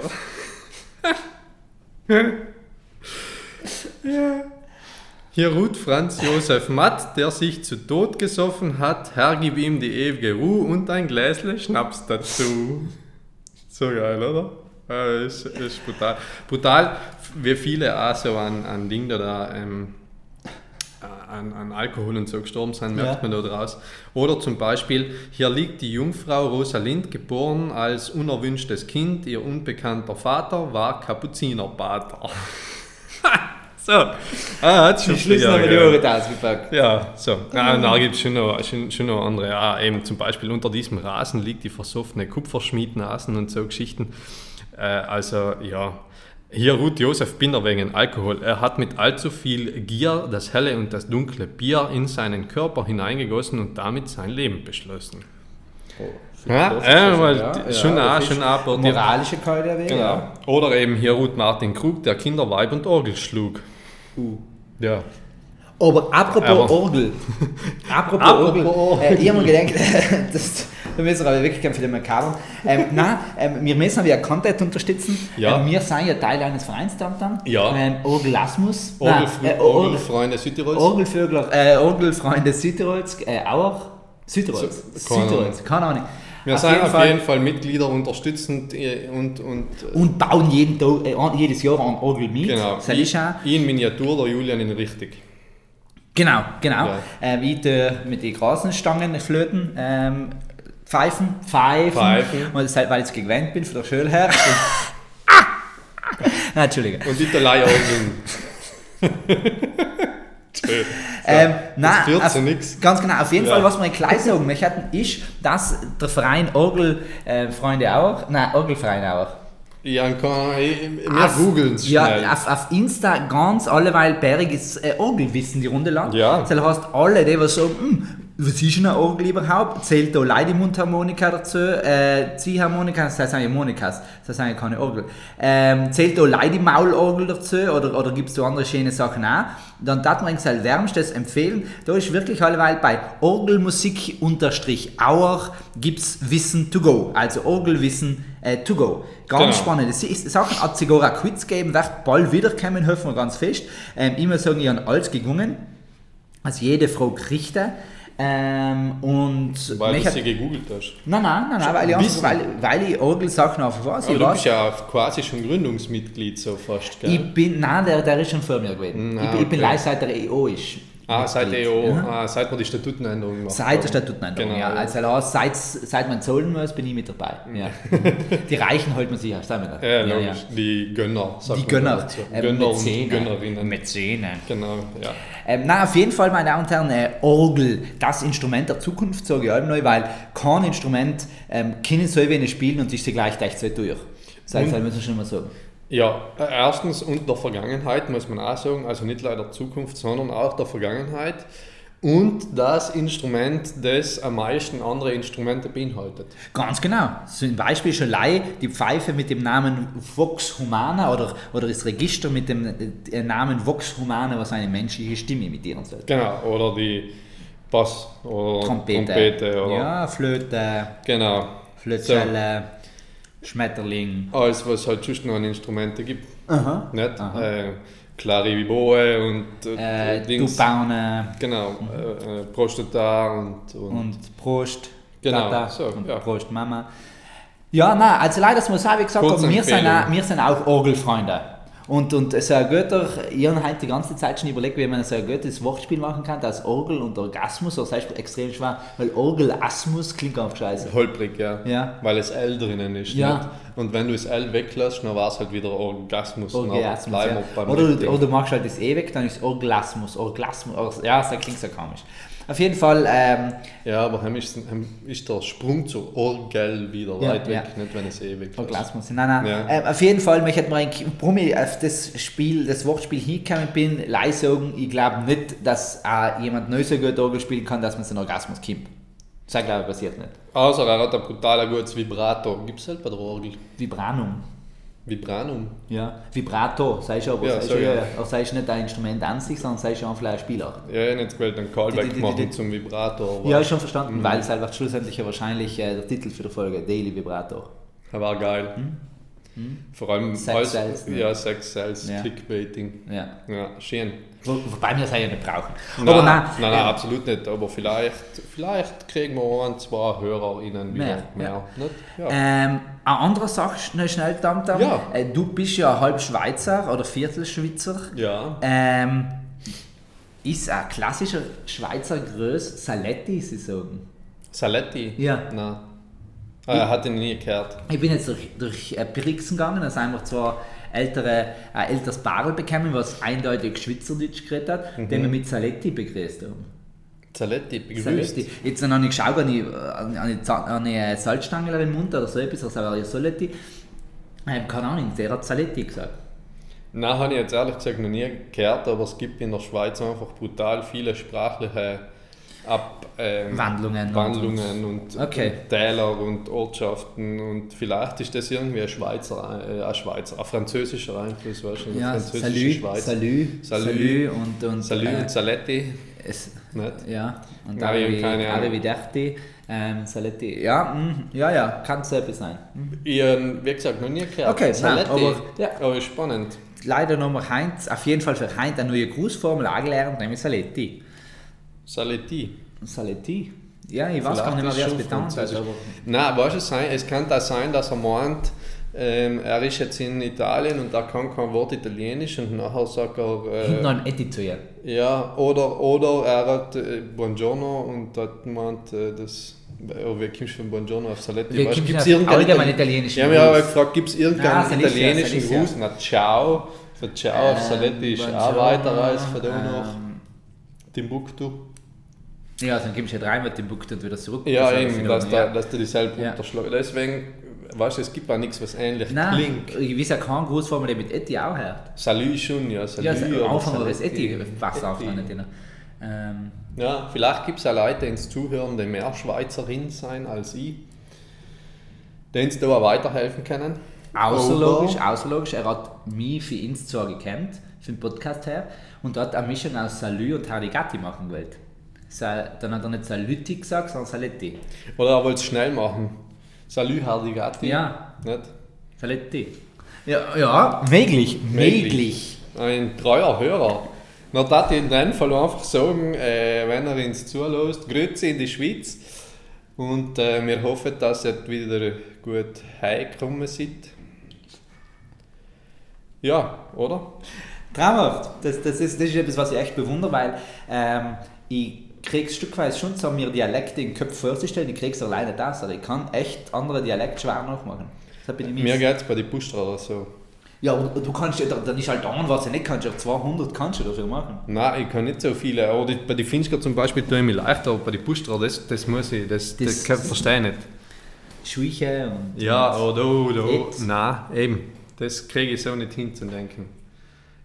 Hier ruht Franz Josef Matt, der sich zu Tod gesoffen hat. Herr, gib ihm die ewige Ruhe und ein Gläsle Schnaps dazu. So geil, oder? Ja, ist, ist brutal. Brutal, wie viele auch so an, an Ding da, da ähm, an, an Alkohol und so gestorben sind, merkt
Ja.
man da draus. Oder zum Beispiel, hier liegt die Jungfrau Rosalind, geboren als unerwünschtes Kind. Ihr unbekannter Vater war Kapuzinerpater. so, ah, hat's schon
Die Schlüssel
früher
haben wir die
gehört.
Ohren ausgepackt.
Ja, so. Ah,
Genau.
da gibt es schon noch, schon, schon noch andere. Ja, eben zum Beispiel unter diesem Rasen liegt die versoffene Kupferschmiednasen und so Geschichten. Äh, also ja, hier ruht Josef Binder wegen Alkohol. Er hat mit allzu viel Gier das helle und das dunkle Bier in seinen Körper hineingegossen und damit sein Leben beschlossen. Ja, äh, weil die- schon auch-
das
schon
ist
auch bei dir.
Moralische Keule wäre.
Genau. Oder eben hier ruht Martin Krug, der Kinder, Weib und Orgel schlug.
Uh.
Ja.
Aber apropos
Aber-
Orgel. Apropos,
Apropos
Orgel. Äh, ich habe mir gedacht, das, da müssen wir aber wirklich kein Film mehr haben. Ähm, nein, ähm, wir müssen aber ja Content unterstützen.
Ja.
Ähm, wir sind ja Teil eines Vereins dann. dann.
Ja.
Ähm, Orgelasmus.
Orgelfrü-
Nein, äh, Orgel-
Orgelfreunde Südtirols.
Orgelvögler, äh, Orgelfreunde Südtirols, äh, auch Südtirols.
So, keine
Südtirols, keine Ahnung.
Wir sind auf jeden Fall Mitglieder unterstützend äh, und, und äh,
Und bauen jeden Tag, äh, an- jedes Jahr an Orgel mit.
genau.
Das ist auch
Ich in Miniatur, der Julian in richtig.
Genau, genau.
Ja.
Äh, wie die, mit den Grasenstangen flöten, ähm, pfeifen, pfeifen.
Pfeifen.
Und das halt, weil ich es gewöhnt bin von der Schule her. Nein, Entschuldige.
Und Italien Tschö.
Ähm, nein,
führt
auf,
zu nix.
Ganz genau. Auf jeden
Ja.
Fall, was wir gleich sagen möchten, ist, dass der Verein Orgelfreunde äh, Freunde auch, nein, Orgelverein auch,
Ja, kann, ich, wir googeln es
ja,
schnell.
Auf, auf Insta ganz alleweil bäriges äh, Orgelwissen die Runde lang.
Ja.
Das heißt, alle, die was sagen, "Hm, was ist denn eine Orgel überhaupt? Zählt da leider die Mundharmonika dazu? Äh, Ziehharmonika, das heißt ja Monikas, das heißt ja keine Orgel. Ähm, zählt da leider die Maulorgel dazu oder, oder gibt es da andere schöne Sachen auch? Dann darf man es halt wärmstens empfehlen. Da ist wirklich alleweil bei Orgelmusik unterstrich Auer gibt es Wissen to go, also Orgelwissen äh, to go. Ganz
Genau.
spannend. Spannend. Es ist Sachen, hat sogar ein Quiz gegeben, wird bald wiederkommen, hoffen wir ganz fest. Ähm, immer sagen, ich habe alles gegangen. Also jede Frau kriegt er. Ähm, und
weil
mich
du
hat-
sie gegoogelt hast.
Nein, nein, nein, nein, weil ich,
Wissen.
einfach, weil, weil ich Orgelsachen auf was
Aber
ich
du bist
weiß.
ja quasi schon Gründungsmitglied so fast, gell?
Ich bin, nein, der, der ist schon vor mir gewesen.
Mm,
ich,
ah,
bin, ich bin
okay.
live seit der EO ist.
ah, seit der EO,
Mhm.
ah, seit wir die Statutenänderung gemacht
Seit der
haben.
Statutänderung,
Genau.
ja. Also da, seit, seit man zahlen muss, bin ich mit dabei. Ja. Die Reichen holt man sich ja, sagen wir das.
Ja, logisch. Die Gönner. sagt
Die
man
Gönner,
dazu.
äh,
Gönner und
Mäzene.
Gönnerinnen.
Mäzene.
Genau, ja.
Ähm, na, auf jeden Fall, meine Damen und Herren, äh, Orgel, das Instrument der Zukunft, sage ich allem neu, weil kein Instrument ähm, können so wenig spielen und ist sie gleich gleich so durch. Das heißt, das müssen wir schon mal sagen.
Ja, äh, erstens und der Vergangenheit muss man auch sagen, also nicht leider Zukunft, sondern auch der Vergangenheit. Und das Instrument, das am meisten andere Instrumente beinhaltet.
Ganz genau. Zum Beispiel schon Lei, die Pfeife mit dem Namen Vox Humana oder, oder das Register mit dem äh, Namen Vox Humana, was eine menschliche Stimme mit ihren soll.
Genau, oder die Bass oder
Trompete.
Trompete. oder,
Ja, Flöte,
Genau.
Flötzelle, Schmetterling.
Alles, was es halt sonst noch an Instrumente gibt.
Aha.
Nicht?
Aha.
Äh, Clariboe und
Äh,
Dings.
Dubaune.
Genau, äh, äh, Prostata und, und,
und Prost
Genau,
Tata
so,
und
ja.
Prost Mama. Ja, nein, also leider muss ich auch, wie gesagt,
Kurz
haben, wir sind,
Empfehlung.
auch, wir sind auch Orgelfreunde. Und, und so ein guter, ich habe halt die ganze Zeit schon überlegt, wie man so ein gutes Wortspiel machen kann, das Orgel und Orgasmus, das heißt extrem schwer, weil Orgelasmus klingt einfach scheiße.
Holprig, ja.
Ja.
Weil es L drinnen ist.
Ja.
Nicht? Und wenn du das L weglässt, dann war es halt wieder Orgasmus. Dann
Orgasmus,
bleiben wir
ja.
beim
oder, du-
richtigen.
oder du machst halt das ewig, dann ist Orgasmus, Orgasmus, Orgas- ja, das klingt so komisch. Auf jeden Fall, ähm,
Ja, aber heim ist, heim ist der Sprung zur Orgel wieder
Ja,
weit
ja.
weg, nicht wenn es eh ewig
Oh, Glas muss ich. Nein, nein.
Ja.
Ähm, auf jeden Fall, mich hat mein Brummi auf das Spiel, das Wortspiel hingekommen bin, leise sagen, ich glaube nicht, dass äh, jemand neu so gut Orgel spielen kann, dass man seinen Orgasmus kommt. Das glaube ich passiert nicht.
Außer er hat Also, ein brutal gutes Vibrator. Gibt es halt bei der Orgel.
Vibranum.
Vibranum.
Ja. Vibrato, sei schon, aber
Ja,
sei,
so,
schon,
ja.
auch sei schon nicht ein Instrument an sich, sondern sei schon einfach ein Spieler.
Ja, ich jetzt wollte einen
Die- die-
Callback
die-
machen
die-
zum Vibrator. aber
Ja, ist schon
Mhm.
verstanden, weil es einfach schlussendlich ja wahrscheinlich äh, der Titel für die Folge, Daily Vibrator.
Er war geil. Vor allem
Sex sells, ne?
ja, Sex Sales,
Ja.
Clickbaiting.
Ja.
Ja, schön.
Wo, wobei wir das eigentlich nicht brauchen.
Nein,
Aber
nein,
nein,
nein,
ähm,
absolut nicht. Aber vielleicht, vielleicht kriegen wir ein, zwei HörerInnen wieder
Mehr,
mehr. Nicht? Ja.
Ähm, eine andere Sache, schnell, schnell, Tamtam.
Ja.
Äh, du bist ja halb Schweizer oder Viertel Schweizer.
ja.
Ähm, ist ein klassischer Schweizer Größ Saletti, sie sagen.
Saletti?
Ja. Hm?
Nein. Ah, er hat ihn nie gehört.
Ich bin jetzt durch, durch äh, Brixen gegangen, da sind wir zwar ältere, ein älteres Barel bekommen, was eindeutig Schweizerdeutsch geredet hat,
Mhm.
den wir mit Saletti begrüßt haben.
Saletti, begrüßt.
Saletti. Jetzt dann habe ich geschaut, an die, an, an die, Za- an die äh, Salzstange im Mund oder so etwas, also war ja Saletti. Ähm, keine Ahnung, der hat Saletti gesagt.
Nein, habe ich jetzt ehrlich gesagt noch nie gehört, aber es gibt in der Schweiz einfach brutal viele sprachliche Ab, ähm,
Wandlungen und-
Wandlungen und,
Okay.
und Täler und Ortschaften und vielleicht ist das irgendwie ein Schweizer, äh, ein Schweizer, ein französischer Einfluss, weißt du, in der
Ja,
französischen
Salü,
Schweiz.
Salü,
Salü.
Salü und, und,
Salü
äh,
und Saletti.
es,
Nicht?
ja, und
Nein, ich hab keine Ahnung.
Arrivederti, ähm, Saletti, ja, mm, ja, ja, kann so etwas sein.
Ich habe, wie gesagt, noch nie gehört.
Okay, nein,
Saletti.
aber- ja.
aber ist spannend.
Leider nochmal Heinz, auf jeden Fall für Heinz eine neue Grußformel angelernt, nämlich Saletti.
Saletti.
Saletti? Ja, ich weiß gar nicht mehr,
Vielleicht
wer
ist schon
es bedankt hat.
französisch.
aber-
Nein, weißt du, es sein- es kann auch sein, dass er meint, ähm, er ist jetzt in Italien und er kann kein Wort Italienisch und nachher sagt er,
Hinten
äh,
noch ein Etti zu ihr.
ja, oder, oder er hat äh, Buongiorno und hat gemeint, äh, das, oh, wie kommst du von Buongiorno auf Saletti? Weißt du,
Wie kommst du
gibt's
auf
irgendeinen
allgemeinen
Ital-
italienischen
Ja, wir haben halt
Gruß?
gefragt, gibt es irgendeinen
Ah, Salizia,
italienischen
Salizia.
Gruß? Na, ciao. Für ciao auf Saletti ist auch
Buongiorno,
weiter als von da nach
Äh, ähm,
Timbuktu.
Ja, dann gibst du halt rein mit dem Bukt und wieder zurück.
Ja,
Das
eben,
ist
dass,
ja-
da, dass du dieselbe
Ja.
unterschlägst. Deswegen, weißt du, es gibt auch nichts, was ähnlich
Nein,
klingt.
ich weiß ja keine Grußformel, die mit Etti auch hört.
Salü schon, ja, Salü.
Ja, also das
aber
Anfang war das
Saletti.
Etti, was auch
Etti.
noch nicht. genau. Ähm,
Ja, vielleicht gibt es auch Leute, die ins Zuhören, die mehr Schweizerin sein als ich, die uns da auch weiterhelfen können.
Außer
Aber-
logisch, außer logisch, er hat mich für ihn zwar gekämmt, für den Podcast her, und hat eine Mischung aus Salü und Harigati machen wollen. Sa- Dann hat er nicht Salüti gesagt, sondern Saletti.
Oder er wollte es schnell machen. Salü, Hardigati.
Ja.
Nicht?
Saletti. Ja, ja. Möglich,
Möglich. Ein treuer Hörer. Na, darf ich in dem Fall einfach sagen, äh, wenn er uns zulässt, Grüße in die Schweiz. Und äh, wir hoffen, dass ihr wieder gut heimgekommen seid. Ja, oder?
Traumhaft. Das, das, ist, das ist etwas, was ich echt bewundere, weil ähm, ich kriege stückweise schon so mir Dialekte in den Kopf vorzustellen, ich kriege es alleine nicht aus, aber ich kann echt andere Dialekte schwer nachmachen. Das bin ich
Mir geht es bei den Pustrader so.
Ja, und und du kannst ja, dann ist halt an, was du nicht kannst, ja 200 kannst du dafür machen.
Nein, ich kann nicht so viele. Aber die, bei den Finsker zum Beispiel tue ich mich leichter, aber bei den Pustrader, das, das muss ich, das, das,
Das-
kann ich verstehen nicht.
Schweiche und.
Ja, oh. oder, oder,
Jetzt.
nein, eben. Das kriege ich so nicht hin zu denken.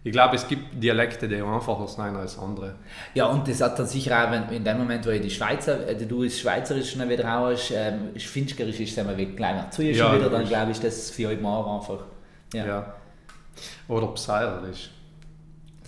Ich glaube, es gibt Dialekte, die einfacher sind als andere.
Ja, und das hat dann sicher auch, wenn, in dem Moment, wo ich die Schweizer, äh, du ist Schweizerisch schon wieder raus, ähm, ist Finchgerisch ist immer weg, kleiner zu ihr
Ja,
schon wieder, dann
logisch.
glaube ich, das ist für euch mal einfach. Ja.
Ja. Oder Pseirisch.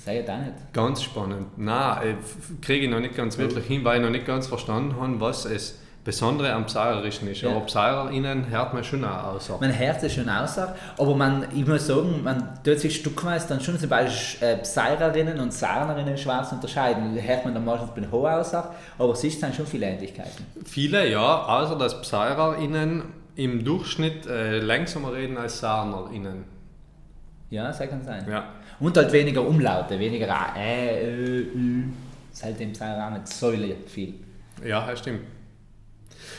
Sei ja da nicht.
Ganz spannend. Nein, ich kriege ich noch nicht ganz wirklich hin, weil ich noch nicht ganz verstanden habe, was es Besondere am Pseirischen ist.
Ja.
Aber Pseirerinnen hört man schon auch aus.
Man hört es schon aus, aber man, ich muss sagen, man tut sich stückweise dann schon zum Beispiel äh, Pseirerinnen und Sarnerinnen schwarz unterscheiden. Hört man dann meistens bei den Hohausach, aber es sind schon viele Ähnlichkeiten.
Viele, ja, außer dass Pseirerinnen im Durchschnitt äh, langsamer reden als Sarnerinnen.
Ja, das kann sein.
Ja.
Und halt weniger Umlaute, weniger A, Ä, Ö, Ü. Ist halt im Pseirer auch nicht so viel.
Ja, das stimmt.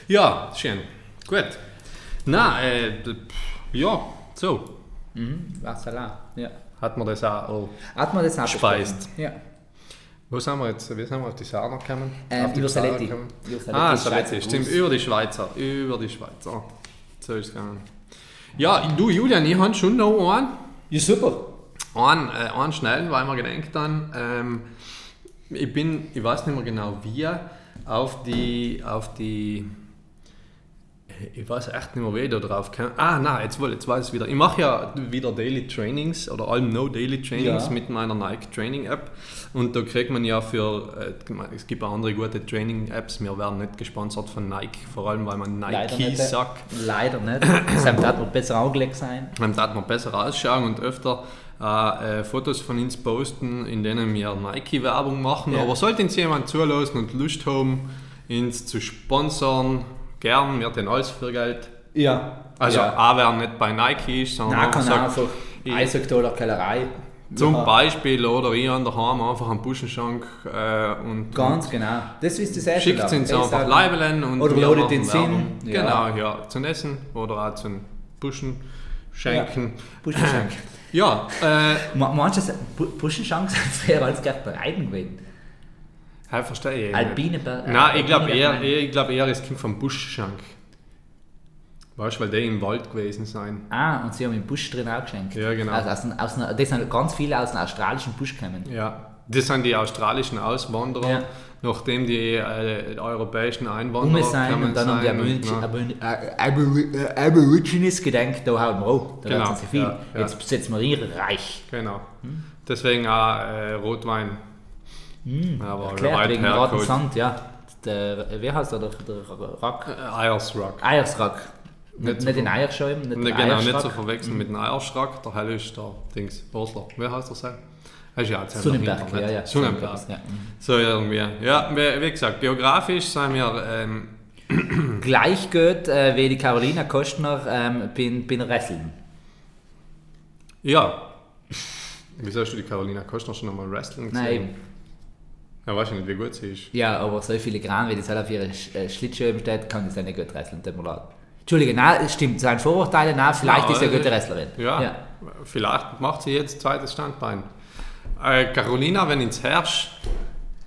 Ja, schön. Gut. Na, äh, d- pff, ja, so.
Was Allah. Ja.
Hat man das auch. Oh.
Hat man das abgesprochen?
Speist.
Ja.
Wo sind wir jetzt? Wie sind wir auf die Sarner gekommen?
Ähm,
auf die
über
Pfarrer
Saletti.
gekommen?
Über Saletti,
Ah,
Schweizer
Saletti,
Gruß.
stimmt. Über die Schweizer. Über die Schweizer. Ah, So ist es gegangen. Ja, du Julian, ich habe schon noch einen.
Ja, super.
Einen, äh, einen schnellen, weil man gedenkt dann, ähm, ich bin, ich weiß nicht mehr genau wie, auf die, auf die Ich weiß echt nicht mehr, wie ich da drauf kam. Ah, nein, jetzt, wohl, jetzt weiß ich es wieder. Ich mache ja wieder Daily Trainings oder allem No Daily Trainings
Ja.
mit meiner Nike Training App. Und da kriegt man ja für, äh, es gibt auch andere gute Training Apps, wir werden nicht gesponsert von Nike, vor allem weil man
Leider
Nike
nicht.
sagt.
Leider nicht. Sam hat noch besser angelegt sein.
Dann darf man besser ausschauen und öfter äh, äh, Fotos von uns posten, in denen wir Nike-Werbung machen.
Ja.
Aber sollte uns jemand zulassen und Lust haben, uns zu sponsern, gern, wir den alles für Geld.
Ja.
Also,
ja.
auch wer nicht bei Nike ist, sondern
Nein,
einfach
kann auch
sagt,
einfach
ich-
Eishockey-Dollar Kellerei.
zum
Ja.
Beispiel oder ich an daheim einfach einen Buschenschank äh, und
Ganz genau. Das ist das erste.
schickt
glaub
es
ich.
uns
Ich
einfach
sag-
Leibelen und
Oder
wir
ladet
machen
ihn
Werbung.
hin. Ja.
Genau, ja, zum Essen oder auch zum Buschenschenken.
Buschenschank.
Ja, äh,
Ma- Manches Bu- Buschenschank sind eher als gerade Breiten gewesen.
ich verstehe ich. nicht.
Alpine Ber-
Nein, ich
Alpine
glaube eher,
Bergmann.
ich glaub eher, es kommt vom Buschschank. Weißt du, weil die im Wald gewesen sein.
Ah, und sie haben im Busch drin auch geschenkt.
Ja, genau.
Also aus, den- aus, den- das sind ganz viele aus dem australischen Busch gekommen.
Ja. Das sind die australischen Auswanderer,
Ja.
nachdem die äh, europäischen Einwanderer
Umme sein
gekommen
und dann haben die
sind und,
Aborigin-
na,
Aborin- äh, Abori- äh, Aborigines gedenkt, da hauen wir auf, da
Genau,
lassen sie viel.
ja, ja.
Jetzt setzen wir ihre reich.
Genau.
Hm?
Deswegen auch äh, Rotwein. Aber
Hm, Erklärt
weit
wegen Roten
hergeholt.
Sand, ja. Der, äh, wie heißt der, der, der Rock?
Äh, Ayers Rock.
Ah, Eiersrock. Nicht,
zu
nicht in Eierschäum, nicht
Ne,
in
genau, nicht zu
Eiersrock.
verwechseln mit einem
Hm.
Eierschrank. Der Helle ist der Dings, Basler. Wie heißt der sein? Hast ja auch gesehen,
Sonnenberg,
im
ja,
Internet.
ja.
Sonnenberg.
Ja. Mhm.
So irgendwie. Ja, wie, wie gesagt, biografisch sind wir ähm,
Gleich geht, äh, wie die Carolina Kostner, ähm, bin, bin Wrestling.
Ja. Wieso hast du die Carolina Kostner schon einmal wrestlen gesehen?
Nein, eben.
Ja, weiß ich nicht, wie gut sie ist.
Ja, aber so filigran, wie das halt auf ihre Sch- äh, Schlittschuhe steht, kann das ja nicht gut wresteln, tut mir leid. Entschuldige, nein, es stimmt, es sind Vorurteile, nein, vielleicht
Ja,
ist sie eine
aber-
gute Wrestlerin.
Ja, vielleicht macht sie jetzt zweites Standbein. Äh, Carolina, wenn ins herrscht,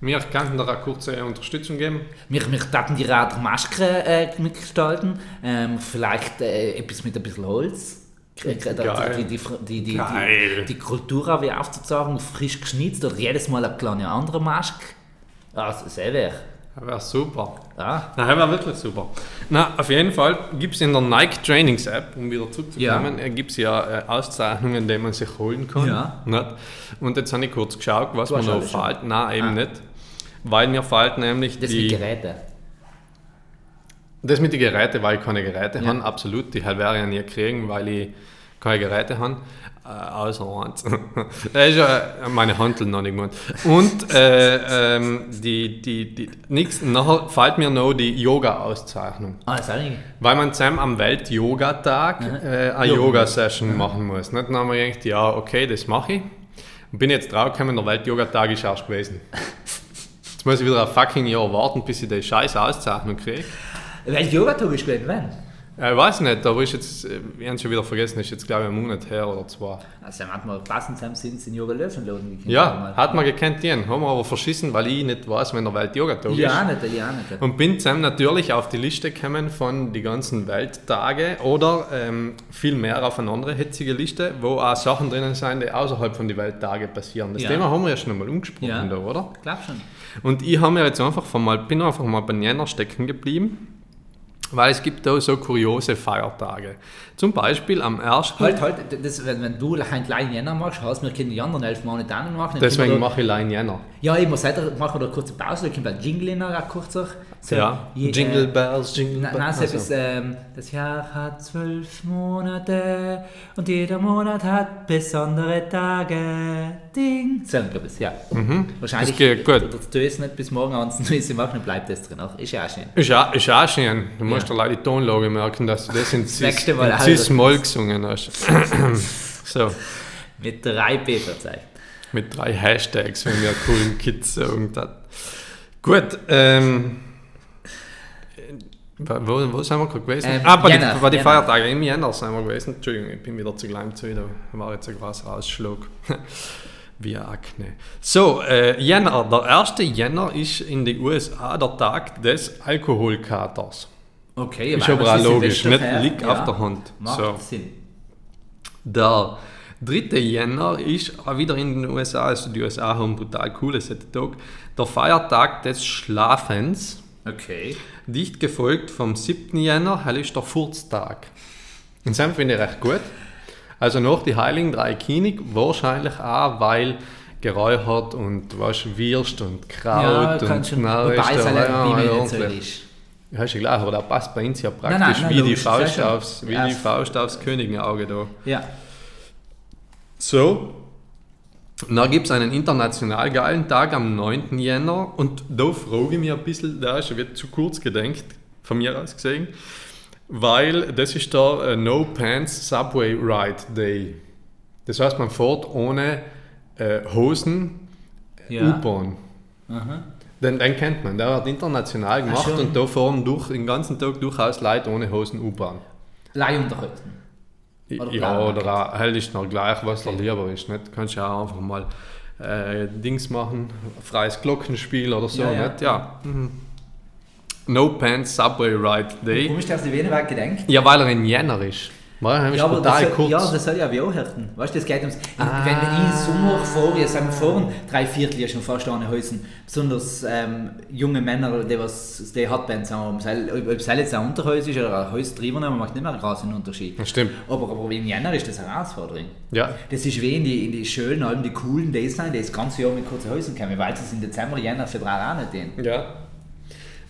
wir könnten da eine kurze Unterstützung geben.
Mich, mich taten die Räder Maske äh, mitgestalten, ähm, vielleicht äh, etwas mit ein bisschen Holz. K- k-
Geil.
Die, die, die, die, die,
Geil.
die, die Kultur auch wieder aufzuzeigen, frisch geschnitzt oder jedes Mal eine kleine andere Maske. Ah, das ist eh wer. Ah,
Das wäre super.
Ja.
Na, das war wirklich super. Na, auf jeden Fall gibt es in der Nike Trainings App, um wieder zurückzukommen, ja. gibt es ja äh, Auszeichnungen, die man sich holen kann.
Ja.
Nicht? Und jetzt habe ich kurz geschaut, was
Du
mir
hast
noch
alles schon? Ah.
fehlt. Nein, eben nicht. Weil mir fehlt nämlich
Das
die...
mit Geräten.
Das mit den Geräten, weil ich keine Geräte
Ja.
habe, absolut. Die halt wäre ich ja nie kriegen, weil ich keine Geräte habe. Äh, außer eins. da ist ja äh, meine Handel noch nicht gut. Und äh, ähm, die, die, die, nix, nachher fällt mir noch die Yoga-Auszeichnung.
Ah, das ist auch nicht.
Weil man zusammen am Welt-Yoga-Tag äh, eine
Ja.
Yoga-Session machen muss. Nicht? Dann haben wir gedacht, ja, okay, das mache ich. Und bin jetzt draufgekommen, der Welt-Yoga-Tag ist erst gewesen. Jetzt muss ich wieder ein fucking Jahr warten, bis ich die scheiß Auszeichnung kriege.
Weil Yoga-Tag ist gewesen, wenn?
Ja, ich weiß nicht, aber ist jetzt, äh, wir haben es schon wieder vergessen, ist jetzt glaube ich ein Monat her oder zwei.
Also, dann hat man passend zusammen sind sie in Yoga Löwenloden gekannt.
Ja, hat man gekannt, den, haben wir aber verschissen, weil ich nicht weiß, wenn der Welt-Yoga-Tag
Ja,
ist.
nicht, ja, nicht.
Und bin zusammen natürlich auf die Liste gekommen von die ganzen Welttage oder ähm, viel mehr auf eine andere hitzige Liste, wo auch Sachen drinnen sind, die außerhalb von den Welttagen passieren. Das
Ja.
Thema haben wir ja schon einmal umgesprochen,
Ja.
da, oder?
Glaub schon.
Und ich hab mir jetzt einfach von mal, bin einfach mal bei Jänner stecken geblieben, weil es gibt da so kuriose Feiertage. Zum Beispiel am 1.
Halt, halt, das, wenn, wenn du einen kleinen Jänner machst, hast wir können die anderen elf Monate anderen machen. dann
Deswegen
können wir
mache ich Line Jänner.
da, Ja, ich muss weiter, machen wir da eine kurze Pause, dann kommt ein Jingle in ein kurzer. So,
ja.
je-
Jingle also.
äh,
Bells, Jingle
na-
Bells.
Nein, so etwas, ähm, das Jahr hat zwölf Monate und jeder Monat hat besondere Tage. Ding. So, glaube ich, ja. Wahrscheinlich.
Mhm. Das geht gut.
Das tue es nicht bis morgen an, sonst ist es machen, dann bleibt das drin. Auch. Ist ja auch schön.
ist, auch, ist auch schön. Du musst
Ja.
dir leider die Tonlage merken, dass du das in Cis-
nächste Mal
in
auch
Cis-Moll gesungen hast. so,
Mit drei P-Verzeichen.
mit drei Hashtags, wenn wir coolen Kids sagen. dat. Gut, ähm, wa- wo, wo sind wir gerade gewesen?
Ähm,
ah, bei
Jänner,
den bei die
Jänner.
Feiertagen im Jänner sind wir gewesen. Entschuldigung, ich bin wieder zu klein zu wieder. War jetzt ein großer Ausschlag. Wie Akne. So, äh, Jänner. Der 1. Jänner ist in den USA der Tag des Alkoholkaters.
Okay,
Ist
weil
aber
was
auch
ist
logisch,
Silvester
nicht
her?
liegt auf der Hand.
Macht
So.
Sinn.
Der 3. Jänner ist auch wieder in den USA, also die USA haben brutal cooles Tag, der Feiertag des Schlafens.
Okay.
Dicht gefolgt vom 7. Jänner, hell ist der Furztag. Und das finde ich recht gut. Also noch die Heiligen Drei Kinig, wahrscheinlich auch, weil geräuchert und was Wirst und Kraut
ja,
und
kannst schon.
Knarre
Wobei es
ist
halt
dabei,
die
ja,
Bibel nicht so
ordentlich.
ist.
Ja, ist ja klar, aber da passt bei uns ja
nein,
praktisch
nein,
wie, die
logisch, das ist
Faust
ja schon.
aufs, wie
Ja.
die Faust aufs Königenauge da.
Ja.
So. Und Da gibt es einen international geilen Tag am 9. Jänner und da frage ich mich ein bisschen, da ist wird zu kurz gedenkt, von mir aus gesehen, weil das ist der äh, No Pants Subway Ride Day. Das heißt, man fährt ohne äh, Hosen
Ja.
U-Bahn.
Aha.
Den, den kennt man, der wird international gemacht
schon.
und da fahren durch, den ganzen Tag durchaus Leute ohne Hosen U-Bahn.
Leihunterhosen. Oder
ja,
Plan.
oder auch, hell ist noch gleich, was der lieber ist. Nicht? Kannst ja auch einfach mal äh, Dings machen, freies Glockenspiel oder so.
Ja,
Ja,
ja.
Nicht? ja. Mhm. No Pants Subway Ride Day.
Warum ist der aus den Wiener Weg gedenkt?
Ja, weil er in Jänner ist. Weil er ist total
das soll,
kurz. Ah.
ja, das soll ja wie auch helfen. Weißt du, das geht ums. Wenn ich im Sommer fahre, ich sage vorn, drei Viertel ist schon fast ohne Häusen. Besonders ähm, junge Männer, die was die Hardbands haben. Ob es jetzt ein Unterhäus ist oder ein Häus drüber, man macht nicht mehr einen großen Unterschied.
Das stimmt.
Aber, aber in Jänner ist das eine Herausforderung.
Ja.
Das ist wie in die, in die schönen, allem die coolen Days sein, die das ganze Jahr mit kurzen Häusen kommen, weil sie es im Dezember, Jänner, Februar auch nicht sehen.
ja.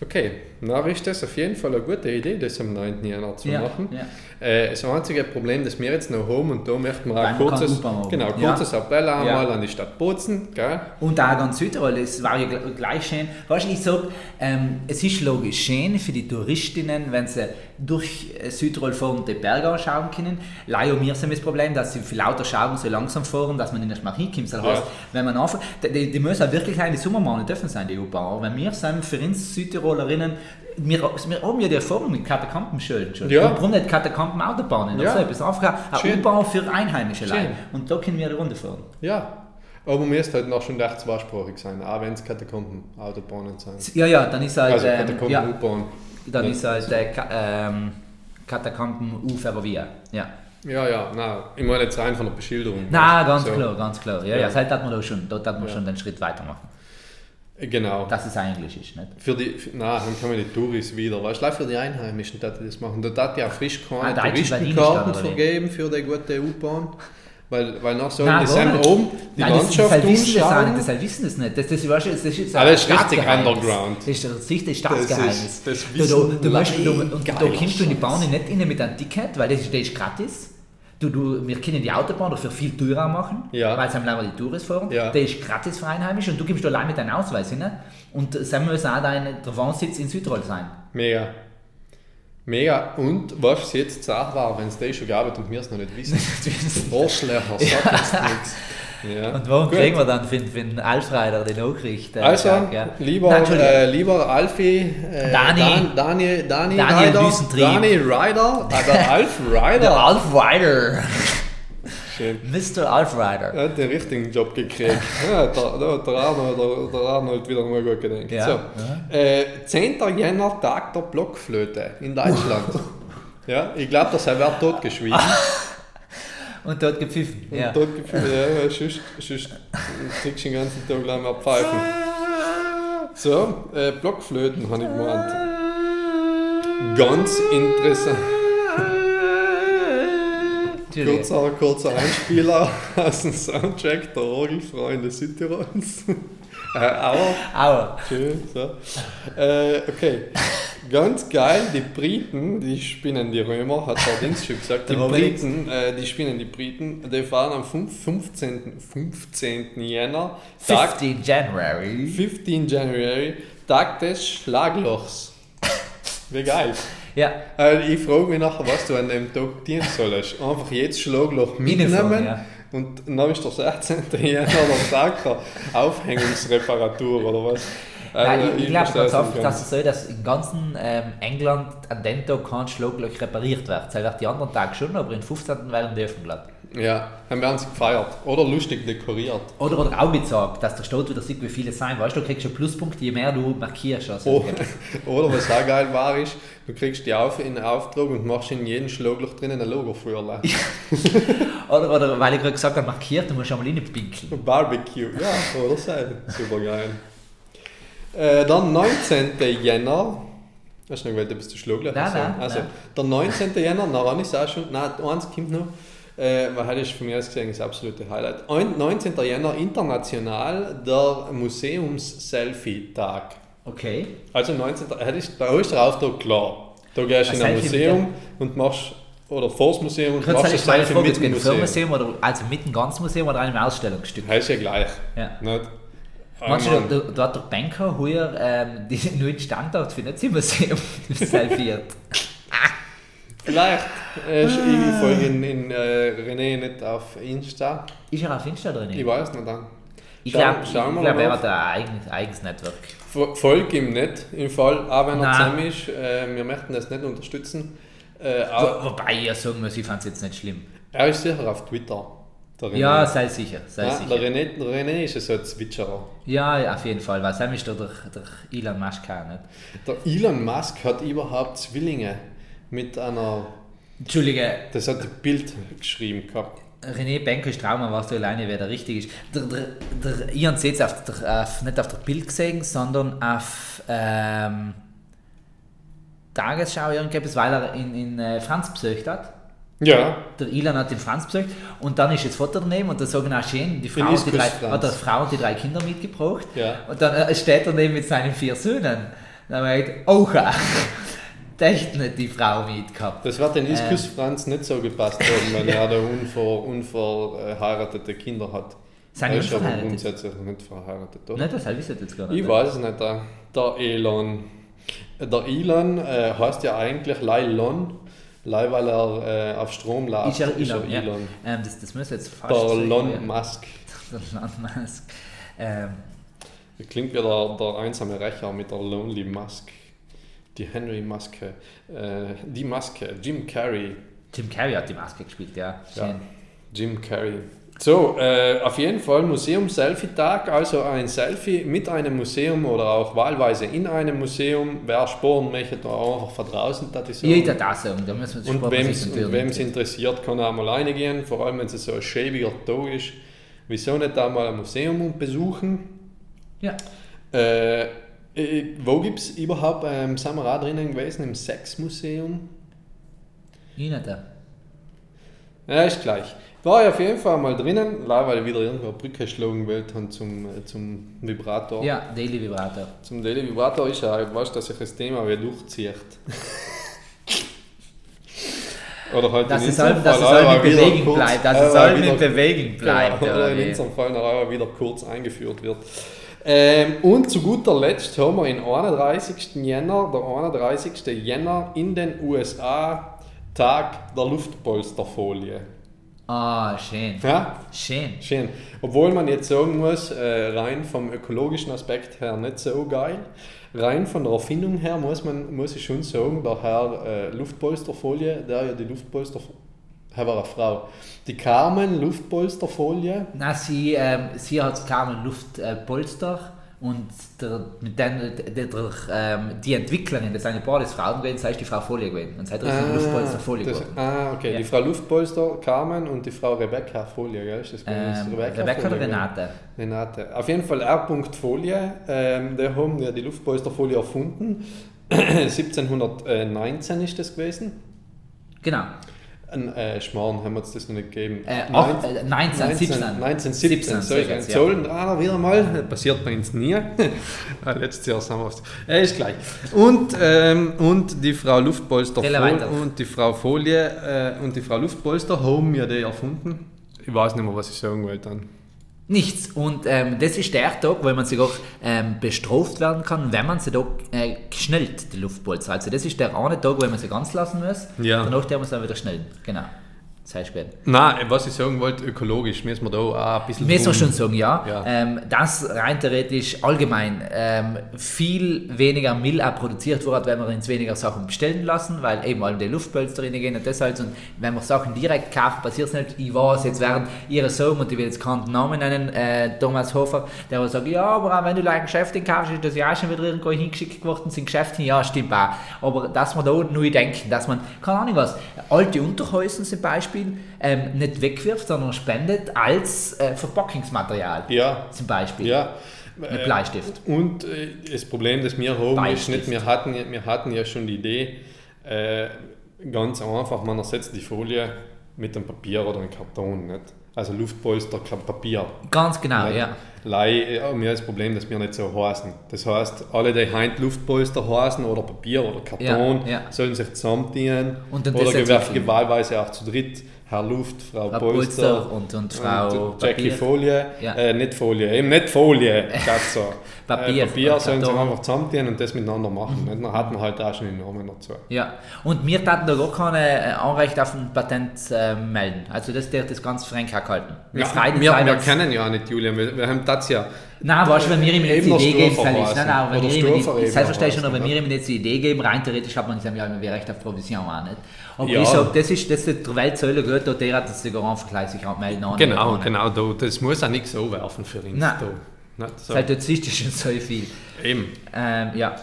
Okay, na ist das auf jeden Fall eine gute Idee, das am 9. Jänner zu
Ja,
machen.
ja.
Äh, das einzige Problem, das wir jetzt noch haben, und da möchten wir
Weil
ein
man kann
kurzes,
U-Bahn machen.
genau,
Ja.
kurzes Appell einmal
Ja.
an die Stadt Bozen. Gell?
Und auch ganz Südtirol, es war ja gl- gleich schön. Weißt du, ich sag, ähm, es ist logisch schön für die Touristinnen, wenn sie durch äh, Südtirol fahren und die Berge anschauen können. Leider mir sind das Problem, dass sie viel lauter schauen, so langsam fahren, dass man nicht mehr hinkommt. Das heißt,
Ja.
wenn man anfängt, die- die, die müssen auch wirklich sein, die Sommermonate dürfen sein, die U-Bahn. Wenn wir sind, für uns Südtirolerinnen, wir, wir haben ja die Erfahrung mit Katakombenschilden schon.
Ja.
Und Warum nicht Katakomben-Autobahnen?
Ja.
Ja. Das ist einfach eine
Schön.
U-Bahn für einheimische Leute.
Schön.
Und da können wir eine Runde fahren.
Ja, aber mir ist halt noch schon recht zweisprachig sein, auch wenn es Katakomben, Autobahnen sind.
Ja, ja, dann ist halt...
Also
ähm,
Katakomben,
ja.
U-Bahn.
Dann
Ja.
ist halt der Ka ähm, Katakomben U Ferrovia. Ja.
Ja, ja, nein, ich meine jetzt rein von der Beschilderung.
Na, ganz
So,
klar, ganz klar. Ja, ja,
Ja.
das hat man da schon, dort hat man schon den Schritt weitermachen.
Genau.
Dass es eigentlich ist, nicht?
Für die, für, nein, dann kommen die Touris wieder, weißt du, gleich für die Einheimischen dass die das machen. Da hat ja frisch
Ah,
keine
Deutsche Berlin
Touristenkarten
ist da, oder wie?
vergeben für die gute U-Bahn, weil, weil nachher sollen
Nein,
die
gar
sind
nicht.
oben die
Nein, das, das
Landschaft
halt wissen das auch nicht,
umschauen.
das halt wissen das nicht. Das, das, das, das, das ist
Ah, das ist richtig
Staatsgeheimnis.
underground.
Das ist das richtige Staatsgeheimnis.
ist- das
Da- da-
wissen
da weißt du,
Leute.
da- und da
Geiler
kommst du in die Bahn nicht rein mit einem Ticket, weil das ist, das ist gratis. Du, du, wir können die Autobahn dafür viel teurer machen,
Ja.
weil es am Lauer die Touristen fahren.
Ja.
Der ist gratis für Einheimische und du kommst allein mit deinem Ausweis hin. Und dann muss auch dein der Wohnsitz in Südtirol sein.
Mega. Mega. Und was es jetzt Sache war, wenn es das schon gab und wir es noch nicht wissen. Arschlöcher, sagt uns nichts. Ja.
Und warum
Gut.
kriegen wir dann für, für den Alfred, der den auch kriegt? äh,
Also,
ja.
lieber,
Nein, Entschuldigung.
äh, lieber Alfie, äh,
Dani.
Dan, Dani, Dani,
Daniel
Ryder,
Düsentrieb.
Dani Ryder, äh, der Alf
Der
Ryder,
Alf Ryder.
Schön.
Mr. Alf Ryder.
Er hat den richtigen Job gekriegt. Ja, der, der, der, Arnold, der, der Arnold wieder mal gut gedenkt.
Ja.
So. Äh, 10. Jänner, Tag der Blockflöte in Deutschland. ja, ich glaube, das wird totgeschwiegen.
Und dort gepfiffen.
Ja.
Ah, Ja.
Und dort gibt es, ja, ja, sonst, sonst kriegst du den ganzen Tag lang mehr Pfeifen. So, äh, Blockflöten habe ich gemeint. Ganz interessant.
Entschuldigung.
Kurzer, kurzer Einspieler aus dem Soundtrack der Orgelfreunde Südtirols. äh, aber
Aua.
schön, so. Äh, okay. Ganz geil, die Briten, die spinnen die Römer, hat allerdings schon gesagt, die
Der Roman X.
Briten, äh, die spinnen die Briten, die fahren am fünf- 15. 15. Jänner, Tag,
15 January.
15. January, Tag des Schlaglochs. Wie geil.
Ja,
Äh, ich frage mich nachher, was du an dem Tag dienen sollst. Einfach jedes Schlagloch mitnehmen.
Reinfahren, ja.
Und dann ist der 16. Jänner der Tag der Aufhängungsreparatur oder was? Also,
Nein, ich, ich glaube
verstehe es
ganz
nicht
oft, dass es so dass im ganzen ähm, England an dem Tag kein Schlagloch repariert wird. Sei wird die anderen Tage schon, aber in 15. werden die Öfen glatt.
Ja, haben wir uns gefeiert. Oder lustig dekoriert.
Oder, oder auch gesagt, dass der Staat wieder sieht, wie viele es sein. Weißt du, du kriegst schon Pluspunkte, je mehr du markierst. Also,
Oh, oder was auch geil war, ist, du kriegst die auf in den Auftrag und machst in jedem Schlagloch drinnen ein Logo für alle.
Oder, oder weil ich gerade gesagt habe, markiert, du musst einmal reinpinkeln.
Barbecue, ja, oder so. Super geil. Äh, der 19. Jänner. Hast du noch gewählt, bist du schlaglich?
Nein,
also,
nein,
also
nein.
der 19. Jänner, nachher ist auch schon, nein, eins kommt noch, äh, weil heute ist von mir aus gesehen das absolute Highlight. Ein- 19. Jänner international der Museums-Selfie-Tag.
Okay.
Also 19. Heute ist, da ist der Auftrag klar. Da gehst du
Ein
in ein
Selfie
Museum und machst, oder vor das Museum und
Ich würde
machst
sagen,
ein
ich meine
Selfie
Frage,
mit
jetzt
dem
geht für ein
Museum.
Museum oder also mit dem ganzen Museum oder einem Ausstellungsstück.
Das ist ja gleich.
Ja.
Nicht? Ah,
Meinst du,
Mann.
da, da hat der Banker heuer ähm, die, nur den Standort für ein Zimmermuseum selfiert?
Vielleicht. Äh, ich ich folge in, in äh, René nicht auf Insta.
Ist er auf Insta drin?
Ich weiß nicht. dann.
Ich
Schau-
glaube,
schauen wir
glaub,
mal
er
nach.
hat ein eigenes, eigenes Network.
Fo- Folg ihm nicht, im Fall, auch wenn er
Nein.
zusammen ist. Äh, wir möchten das nicht unterstützen. Äh,
Wo,
auch,
wobei ich ja sagen muss, ich fand es jetzt nicht schlimm.
er ist sicher auf Twitter. Der René.
Ja, sei sicher, sei
Mhm. Ja, der,
sicher.
René, der René ist ja so ein Zwitscherer.
Ja, auf jeden Fall, weil Sam ist da der, der Elon Musk auch nicht.
Der Elon Musk hat überhaupt Zwillinge mit einer.
Entschuldige,
Das hat die Bild geschrieben gehabt.
René Benko ist Trauma, weißt du alleine, wer der richtig ist. Der, der, der Ian seht auf der, auf, nicht auf der Bild gesehen, sondern auf ähm, Tagesschau irgendetwas, weil er in, in äh, Franz besucht hat.
Ja,
Der Ilan hat den Franz besucht und dann ist das Foto daneben und da sagen auch schön, die Frau, und die
Iskus,
drei,
Franz.
hat der Frau und die drei Kinder mitgebracht
Ja.
und dann äh, steht er neben mit seinen vier Söhnen. Dann habe ich gedacht, oha, da hätte nicht die Frau mitgehabt.
das wird den Iskus Franz nicht so gepasst haben, wenn er da unver, unverheiratete Kinder hat.
Sind
er ist aber
unverheiratet?
grundsätzlich nicht verheiratet, oder?
Nicht, das habe ich jetzt gar nicht.
Ich weiß es nicht. Der, der Elon. Der Elon äh, heißt ja eigentlich Lailon. Lai, weil er äh, auf Strom läuft.
Ist ja Elon, ja.
Elon.
Ähm, das, das müssen wir jetzt fast
Der
sagen,
Elon
ja.
Musk.
Der Elon Musk. Ähm,
Das klingt wie der, der einsame Rächer mit der Lonely Musk. Die Henry Maske. Äh, die Maske. Jim Carrey.
Jim Carrey hat die Maske gespielt, ja. Schön.
Ja. Jim Carrey. So, äh, auf jeden Fall Museum-Selfie-Tag, also ein Selfie mit einem Museum oder auch wahlweise in einem Museum. Wer sporen möchte, da einfach von draußen, das ist so.
Jeder da sagen, da müssen wir
Und wem's,
sportlich
und wem's interessiert, kann auch mal reingehen, vor allem wenn es so ein schäbiger Tag ist. Wieso nicht da mal ein Museum besuchen?
Ja.
Äh, äh, wo gibt es überhaupt, ähm, sind wir auch drinnen gewesen, im Sexmuseum?
Ich nicht. da.
Ja, ist gleich. War ich auf jeden Fall mal drinnen, leider weil ich wieder irgendwo eine Brücke schlagen wollte habe zum, äh, zum Vibrator.
Ja, Daily Vibrator.
Zum Daily Vibrator ist ja, weißt du, dass sich das Thema wieder durchzieht. Oder halt
Dass
in
es allem,
unserem
dass es
Fall auch
allem in
mal wieder
Bewegung
kurz-
bleibt, dass
auch
es
mal
allem
wieder
in Bewegung bleibt.
Genau,
oder
oder
wie?
in unserem Fall nachher auch wieder kurz eingeführt wird. Ähm, und zu guter Letzt haben wir in 31. Jänner, der 31. Jänner in den USA Tag der Luftpolsterfolie.
Ah, schön.
Ja,
Schön.
schön. Obwohl man jetzt sagen muss, äh, rein vom ökologischen Aspekt her nicht so geil. Rein von der Erfindung her muss man muss ich schon sagen, der Herr äh, Luftpolsterfolie, der ja die Luftpolsterfolie, er war eine Frau, die Carmen Luftpolsterfolie,
Na, sie, ähm, sie hat Carmen Luftpolster äh, und der, mit den, der, der, ähm, die Entwicklerin, das eine Paar des Frauen gewesen, sei die Frau Folie gewesen. Und seit ist ah, Luftpolster Folie
das-
geworden.
Ah, okay.
Ja.
Die Frau Luftpolster, Carmen und die Frau Rebecca Folie, gell? Ist das gewesen?
Ähm,
Ist Rebecca,
Rebecca oder
Folie gewesen?
Renate?
Renate. Auf jeden Fall R. Folie. Ähm, die haben ja die Luftpolsterfolie erfunden. 1719 ist das gewesen.
Genau.
Ein äh, Schmarrn haben wir uns das noch nicht gegeben.
Äh,
Nein-
acht- äh, 1917.
1917, so ich
sag
ein
jetzt, ja.
Zollendrahner wieder mal. Passiert bei uns nie. Ah, Letztes Jahr sind wir aufs. Äh, ist gleich. Und, ähm, und die Frau Luftpolster
Stell weiter.
Fol- und die Frau Folie äh, und die Frau Luftpolster haben mir die erfunden. Ich weiß nicht mehr, was ich sagen wollte dann.
Nichts. Und ähm, das ist der Tag, wo man sogar ähm, bestraft werden kann, wenn man sie da äh, schnellt, die Luftpolster. Also das ist der eine Tag, wo man sie ganz lassen muss.
Ja. Also
Danach darf man sie dann wieder schnellen. Genau. Sei spät.
Nein, was ich sagen wollte, ökologisch, müssen wir da auch ein bisschen.
Ah. Müssen wir
drum-
schon sagen, ja.
um Ja.
Ähm, dass rein theoretisch allgemein ähm, viel weniger Müll auch produziert wurde, wenn wir uns weniger Sachen bestellen lassen, weil eben allem die Luftpolster reingehen und deshalb. Und wenn wir Sachen direkt kaufen, passiert es nicht. Ich weiß, jetzt während ihre Sohn, und ich will jetzt keinen Namen nennen, äh, Thomas Hofer, der will sagen, ja, aber auch wenn du like ein Geschäft kaufst, ist das ja auch schon wieder irgendwo hingeschickt worden, sind Geschäfte, ja, stimmt auch. Aber dass man da neu denken, dass man, keine Ahnung was, alte Unterhäusen zum Beispiel ähm, nicht wegwirft, sondern spendet als äh, Verpackungsmaterial
Ja.
zum Beispiel.
Ja. Äh,
Mit Bleistift.
Und äh, das Problem, das wir haben, ist
Bleistift.
nicht, wir hatten, ja- wir hatten ja schon die Idee, äh, ganz einfach, man ersetzt die Folie mit einem Papier oder einem Karton. Nicht? Also Luftpolster, kein Papier.
Ganz genau,
nicht?
ja.
Ne? Lei, äh, haben wir das Problem, dass wir nicht so heißen. Das heißt, alle, die heute Luftpolster heißen oder Papier oder Karton,
Ja, ja.
sollen sich zusammenziehen
Und dann
oder
das
gewer-
entwickeln.
gewahlweise auch zu dritt. Herr Luft, Frau,
Frau
Polster,
Polster und- und Frau
Jackie
Papier.
Folie,
Ja.
äh, nicht Folie, eben nicht Folie, das so.
Papier.
Äh, Papier
Und
sollen sie
Karton.
einfach zusammenziehen und das miteinander machen. nicht? Dann hat man halt auch schon den Namen dazu.
Ja, und wir hatten da gar keine äh, Anrecht auf ein Patent äh, melden. Also das wird das ganz frank auch gehalten.
Ja,
freuen
wir, wir
uns-
kennen ja auch nicht Julian, wir, wir haben das ja.
Nein, weißt du, wenn wir ihm jetzt die
Ebner
Idee geben,
Sturfer
Felix,
heißen.
nein, nein, wenn
Oder
wir ihm die,
Sturfer Ebner
selbstverständlich,
heißen,
aber wenn
ne?
wir ihm jetzt die Idee geben, rein theoretisch hat man gesagt, ja, wir haben recht auf Provision auch nicht. Aber
Ja.
ich sage, das ist, das ist der Welt so gut, da der hat das sogar einfach gleich sich anmelden. auch nicht.
Genau, genau, da, das muss auch nichts anwerfen für uns.
Nein.
Da. Nicht? So.
Seit jetzt ist halt das schon so viel.
Eben.
Ähm, ja.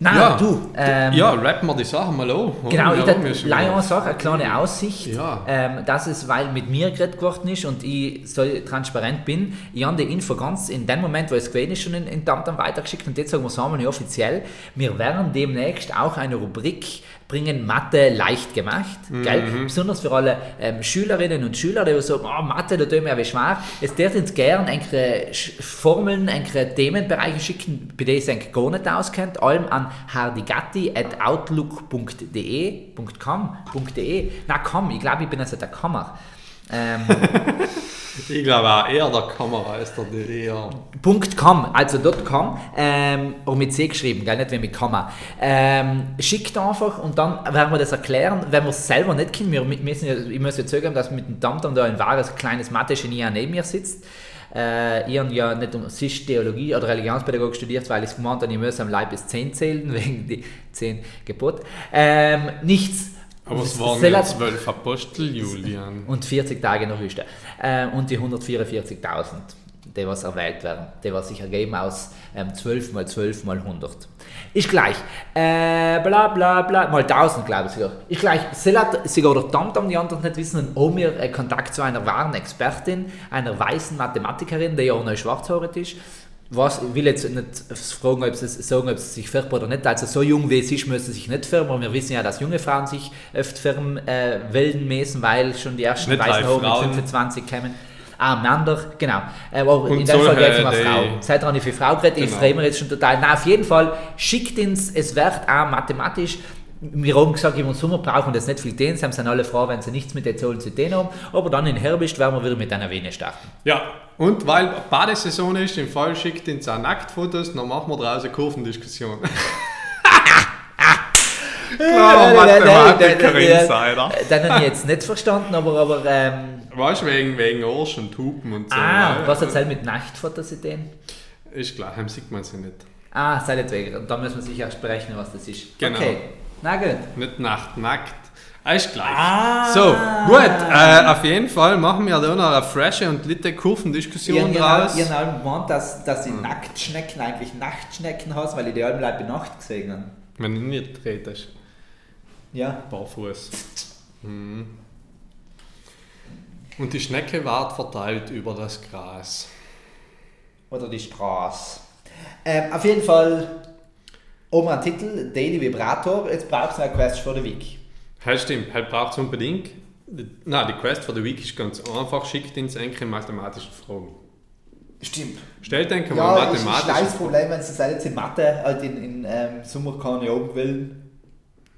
Nein, du. Ähm,
Ah, ja, rappen wir die Sachen mal an. ja,
Genau, ich
wir schon-
hatte Lions auch eine kleine Aussicht,
Ja.
ähm, dass es, weil mit mir geredet geworden ist und ich so transparent bin, ich habe die Info ganz in dem Moment, wo es gewesen ist, schon in, in Tamtam weitergeschickt und jetzt sagen wir es einmal nicht offiziell, wir werden demnächst auch eine Rubrik bringen, Mathe leicht gemacht, gell?
Mhm.
besonders für alle ähm, Schülerinnen und Schüler, die so, oh, Mathe, da tut mir aber schwer, es dürft uns gern einige Sch- Formeln, einige Themenbereiche schicken, bei denen ihr euch gar nicht auskennt, allem an hardigatti.outlook.de .com, .de. Na komm, ich glaube, ich bin also der Kammer. Ähm,
Ich glaube auch, eher der Kamera ist der DDR.
Punkt .com, also dort .com, ähm, aber mit C geschrieben, gell, nicht wie mit Komma. Ähm, schickt einfach und dann werden wir das erklären, wenn wir es selber nicht kennen. Wir müssen ja, ich muss ja zögern, dass mit dem Tamtam da ein wahres kleines Mathe-Genie auch neben mir sitzt. Äh, ich habe ja nicht um sich Theologie oder Religionspädagogik studiert, weil ich gemeint habe, ich muss am Leib bis 10 zählen, wegen die 10 Gebot. Ähm, nichts.
Aber es waren
Soll
ja
er-
zwölf Apostel, Julian.
und 40 Tage noch Wüste. Äh, und die 144.000, die was erwählt werden, die was sich ergeben aus ähm, 12 mal 12 mal 100. Ist gleich. Äh, bla bla bla, mal 1000 glaube ich sogar. Ist gleich. Sellat, sogar der Tamtam, die anderen nicht wissen, und auch mir äh, Kontakt zu einer wahren Expertin, einer weißen Mathematikerin, die ja auch noch schwarzhaarig ist. Was, ich will jetzt nicht fragen, ob sie, es- sagen, ob sie sich färben oder nicht. Also so jung wie sie ist, müssen sie sich nicht färben. Aber wir wissen ja, dass junge Frauen sich oft färben äh, wollen müssen, weil schon die ersten
Nicht
weißen
live
Haare
Frauen.
mit 25 kommen. Ah, Mander, genau. Äh, Aber
Und
in dem Fall
solche,
geht es um eine
die-
Frau. Seit dran ich für Frau geredet, ich
Genau.
freue mich jetzt schon total. Nein, auf jeden Fall, schickt uns, es wird auch mathematisch. Wir haben gesagt, im Sommer brauchen das nicht viel den, sie sind alle froh, wenn sie nichts mit der Zahlen zu tun haben. Aber dann in Herbst werden wir wieder mit einer Vene starten.
Ja, und weil Badesaison ist, im Fall schickt uns auch Nacktfotos, dann machen wir draußen eine Kurvendiskussion.
Oh,
Klar, Mathematikerin sei da.
Den habe ich jetzt nicht verstanden, aber, aber ähm,
Weißt du, wegen, wegen Arsch und Hupen und so.
ah,
ne?
was erzählt mit Nachtfotosität?
Ist klar, heim sieht man sie nicht.
Ah, seinetwegen. Und da müssen wir sicher erst berechnen, was das ist.
Genau.
Okay. Na gut.
Nicht Nacht, nackt. Ah, ist gleich.
Ah.
So, gut, äh, auf jeden Fall machen wir da noch eine frische und litte
Ihr
Kurvendiskussion
habt
draus.
ihr habt gemeint, dass, dass die Nacktschnecken eigentlich Nachtschnecken hast, weil ich die halbe Leib in Nacht gesehen habe.
Wenn du nicht redest,
Ja.
barfuß. Mhm. Und die Schnecke ward verteilt über das Gras.
Oder die Straße. Ähm, auf jeden Fall, oben ein Titel, Daily Vibrator. Jetzt brauchst du eine Quest for the Week.
Ja, stimmt, halt braucht es unbedingt. Die- Na, die Quest for the Week ist ganz einfach, schickt ins enkle mathematische Fragen.
Stimmt.
Stellt einfach mal
Ja, ist ein
mathematische
kleines Problem, wenn sie es jetzt in Mathe, halt in, in ähm, Sommer kann ich oben will.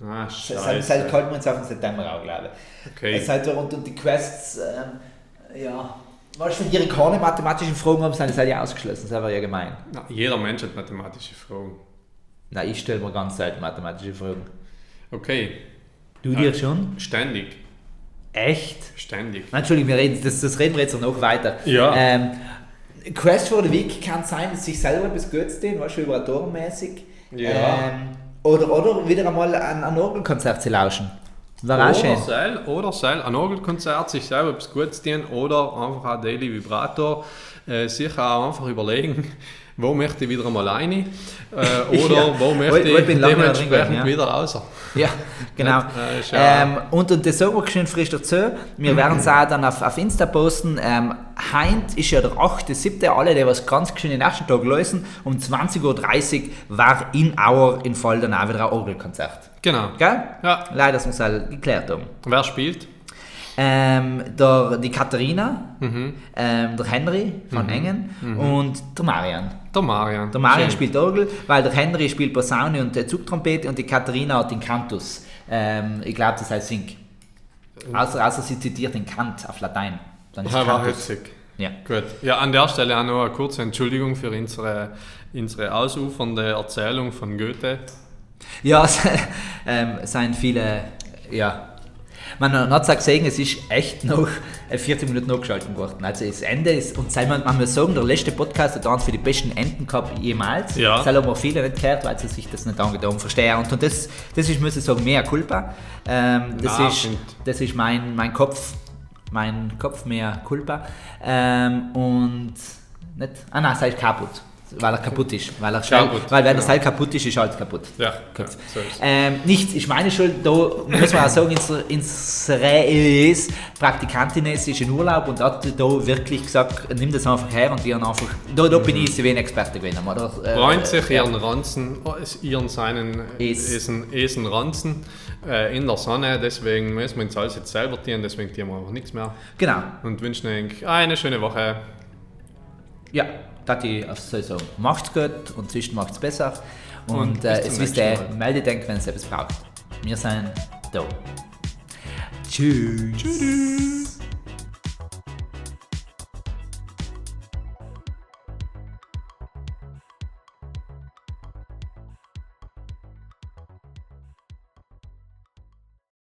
Ah,
Seit halt
scheiße.
kalt man es auf den September auch, glaube ich.
Okay.
Es halt, und, und die Quests, ähm, ja. Weißt du, wenn ihre keine mathematischen Fragen haben, sind sie ja ausgeschlossen, das ist einfach ja gemein.
Na, jeder Mensch hat mathematische Fragen.
Nein, ich stelle mir ganz selten mathematische Fragen.
Okay,
Du dir schon?
ständig,
Echt?
ständig.
Nein, Entschuldigung, wir reden, das, das reden wir jetzt noch weiter.
Ja.
Ähm, Quest for the Week kann sein, sich selber bis Götz den, weißt du, vibratormäßig.
Ja.
Ähm, oder, oder wieder einmal an ein Orgelkonzert zu lauschen. War auch schön.
Oder Seil, oder Seil, ein Orgelkonzert, sich selber etwas Gutes tun oder einfach ein Daily Vibrator. Äh, sicher auch einfach überlegen, wo möchte ich wieder einmal rein äh, oder wo möchte
wo ich
ich
bin lange noch drin
dementsprechend
gegangen, ja.
wieder raus.
Ja, genau.
Äh, ist ja- Mhm.
ähm, und, und das sagen wir schön frisch dazu. Wir werden es auch dann auf, auf Insta posten. Ähm, Heint ist ja der 8.7. Alle, die was ganz schön den ersten Tag lösen, um 20.30 Uhr war in Auer in Fall dann auch wieder ein Orgelkonzert.
Genau.
Gell?
Ja.
Leider, dass wir es halt geklärt haben.
Wer spielt?
Ähm, der, die Katharina,
Mhm.
ähm, der Henry von Engen und der Marian.
Der Marian.
Der Marian
Mhm. Schön.
spielt Orgel, weil der Henry spielt Posaune und äh, Zugtrompete und die Katharina hat den Cantus. Ähm, ich glaube, das heißt Sink. Außer, außer sie zitiert den Kant auf Latein. Dann
Ja, Mhm. Ah, war
Cantus.
witzig.
Ja.
Gut. Ja, an der Stelle auch noch eine kurze Entschuldigung für unsere, unsere ausufernde Erzählung von Goethe.
Ja, es ähm, es sind viele. Ja. Man hat es auch gesehen, es ist echt noch äh, 40 Minuten nachgeschaltet worden. Also das Ende ist, und soll man, man muss sagen, der letzte Podcast hat eins für die besten Enden gehabt jemals.
Ja.
Das haben aber viele nicht gehört, weil sie sich das nicht angetan verstehen. Und, und das, das ist, muss ich sagen, mehr culpa. Ähm, das,
Na,
ist,
find-
das ist mein, mein Kopf, mein Kopf mehr culpa. Ähm, und nicht, ah nein, es heißt kaputt. Weil er kaputt ist. Weil, er schnell,
Kaputt,
weil wenn
genau.
das Seil kaputt ist, ist alles kaputt.
Ja,
Köpf.
ja, so ist es.
ähm, nichts, ich meine schon, da muss man auch sagen, unsere- unsere Praktikantin ist ist in Urlaub und hat da wirklich gesagt, nimm das einfach her und die haben einfach, da, da bin ich zu wenig Experte gewesen. einmal, Oder? Äh,
Freut sich
ja.
ihren Ranzen, äh, ihren seinen äh,
Es.
Esen, Esen Ranzen äh, in der Sonne, deswegen müssen wir uns alles jetzt selber tieren, deswegen tieren wir einfach nichts mehr
Genau,
und wünschen euch eine schöne Woche.
ja, das ich auf also so sagen. Macht's gut und zwischen macht's besser. Und,
Und
äh,
bis zum
es wisst ihr,
nächsten Mal.
meldet euch, wenn ihr etwas braucht. Wir sind da. Tschüss. Tschüss.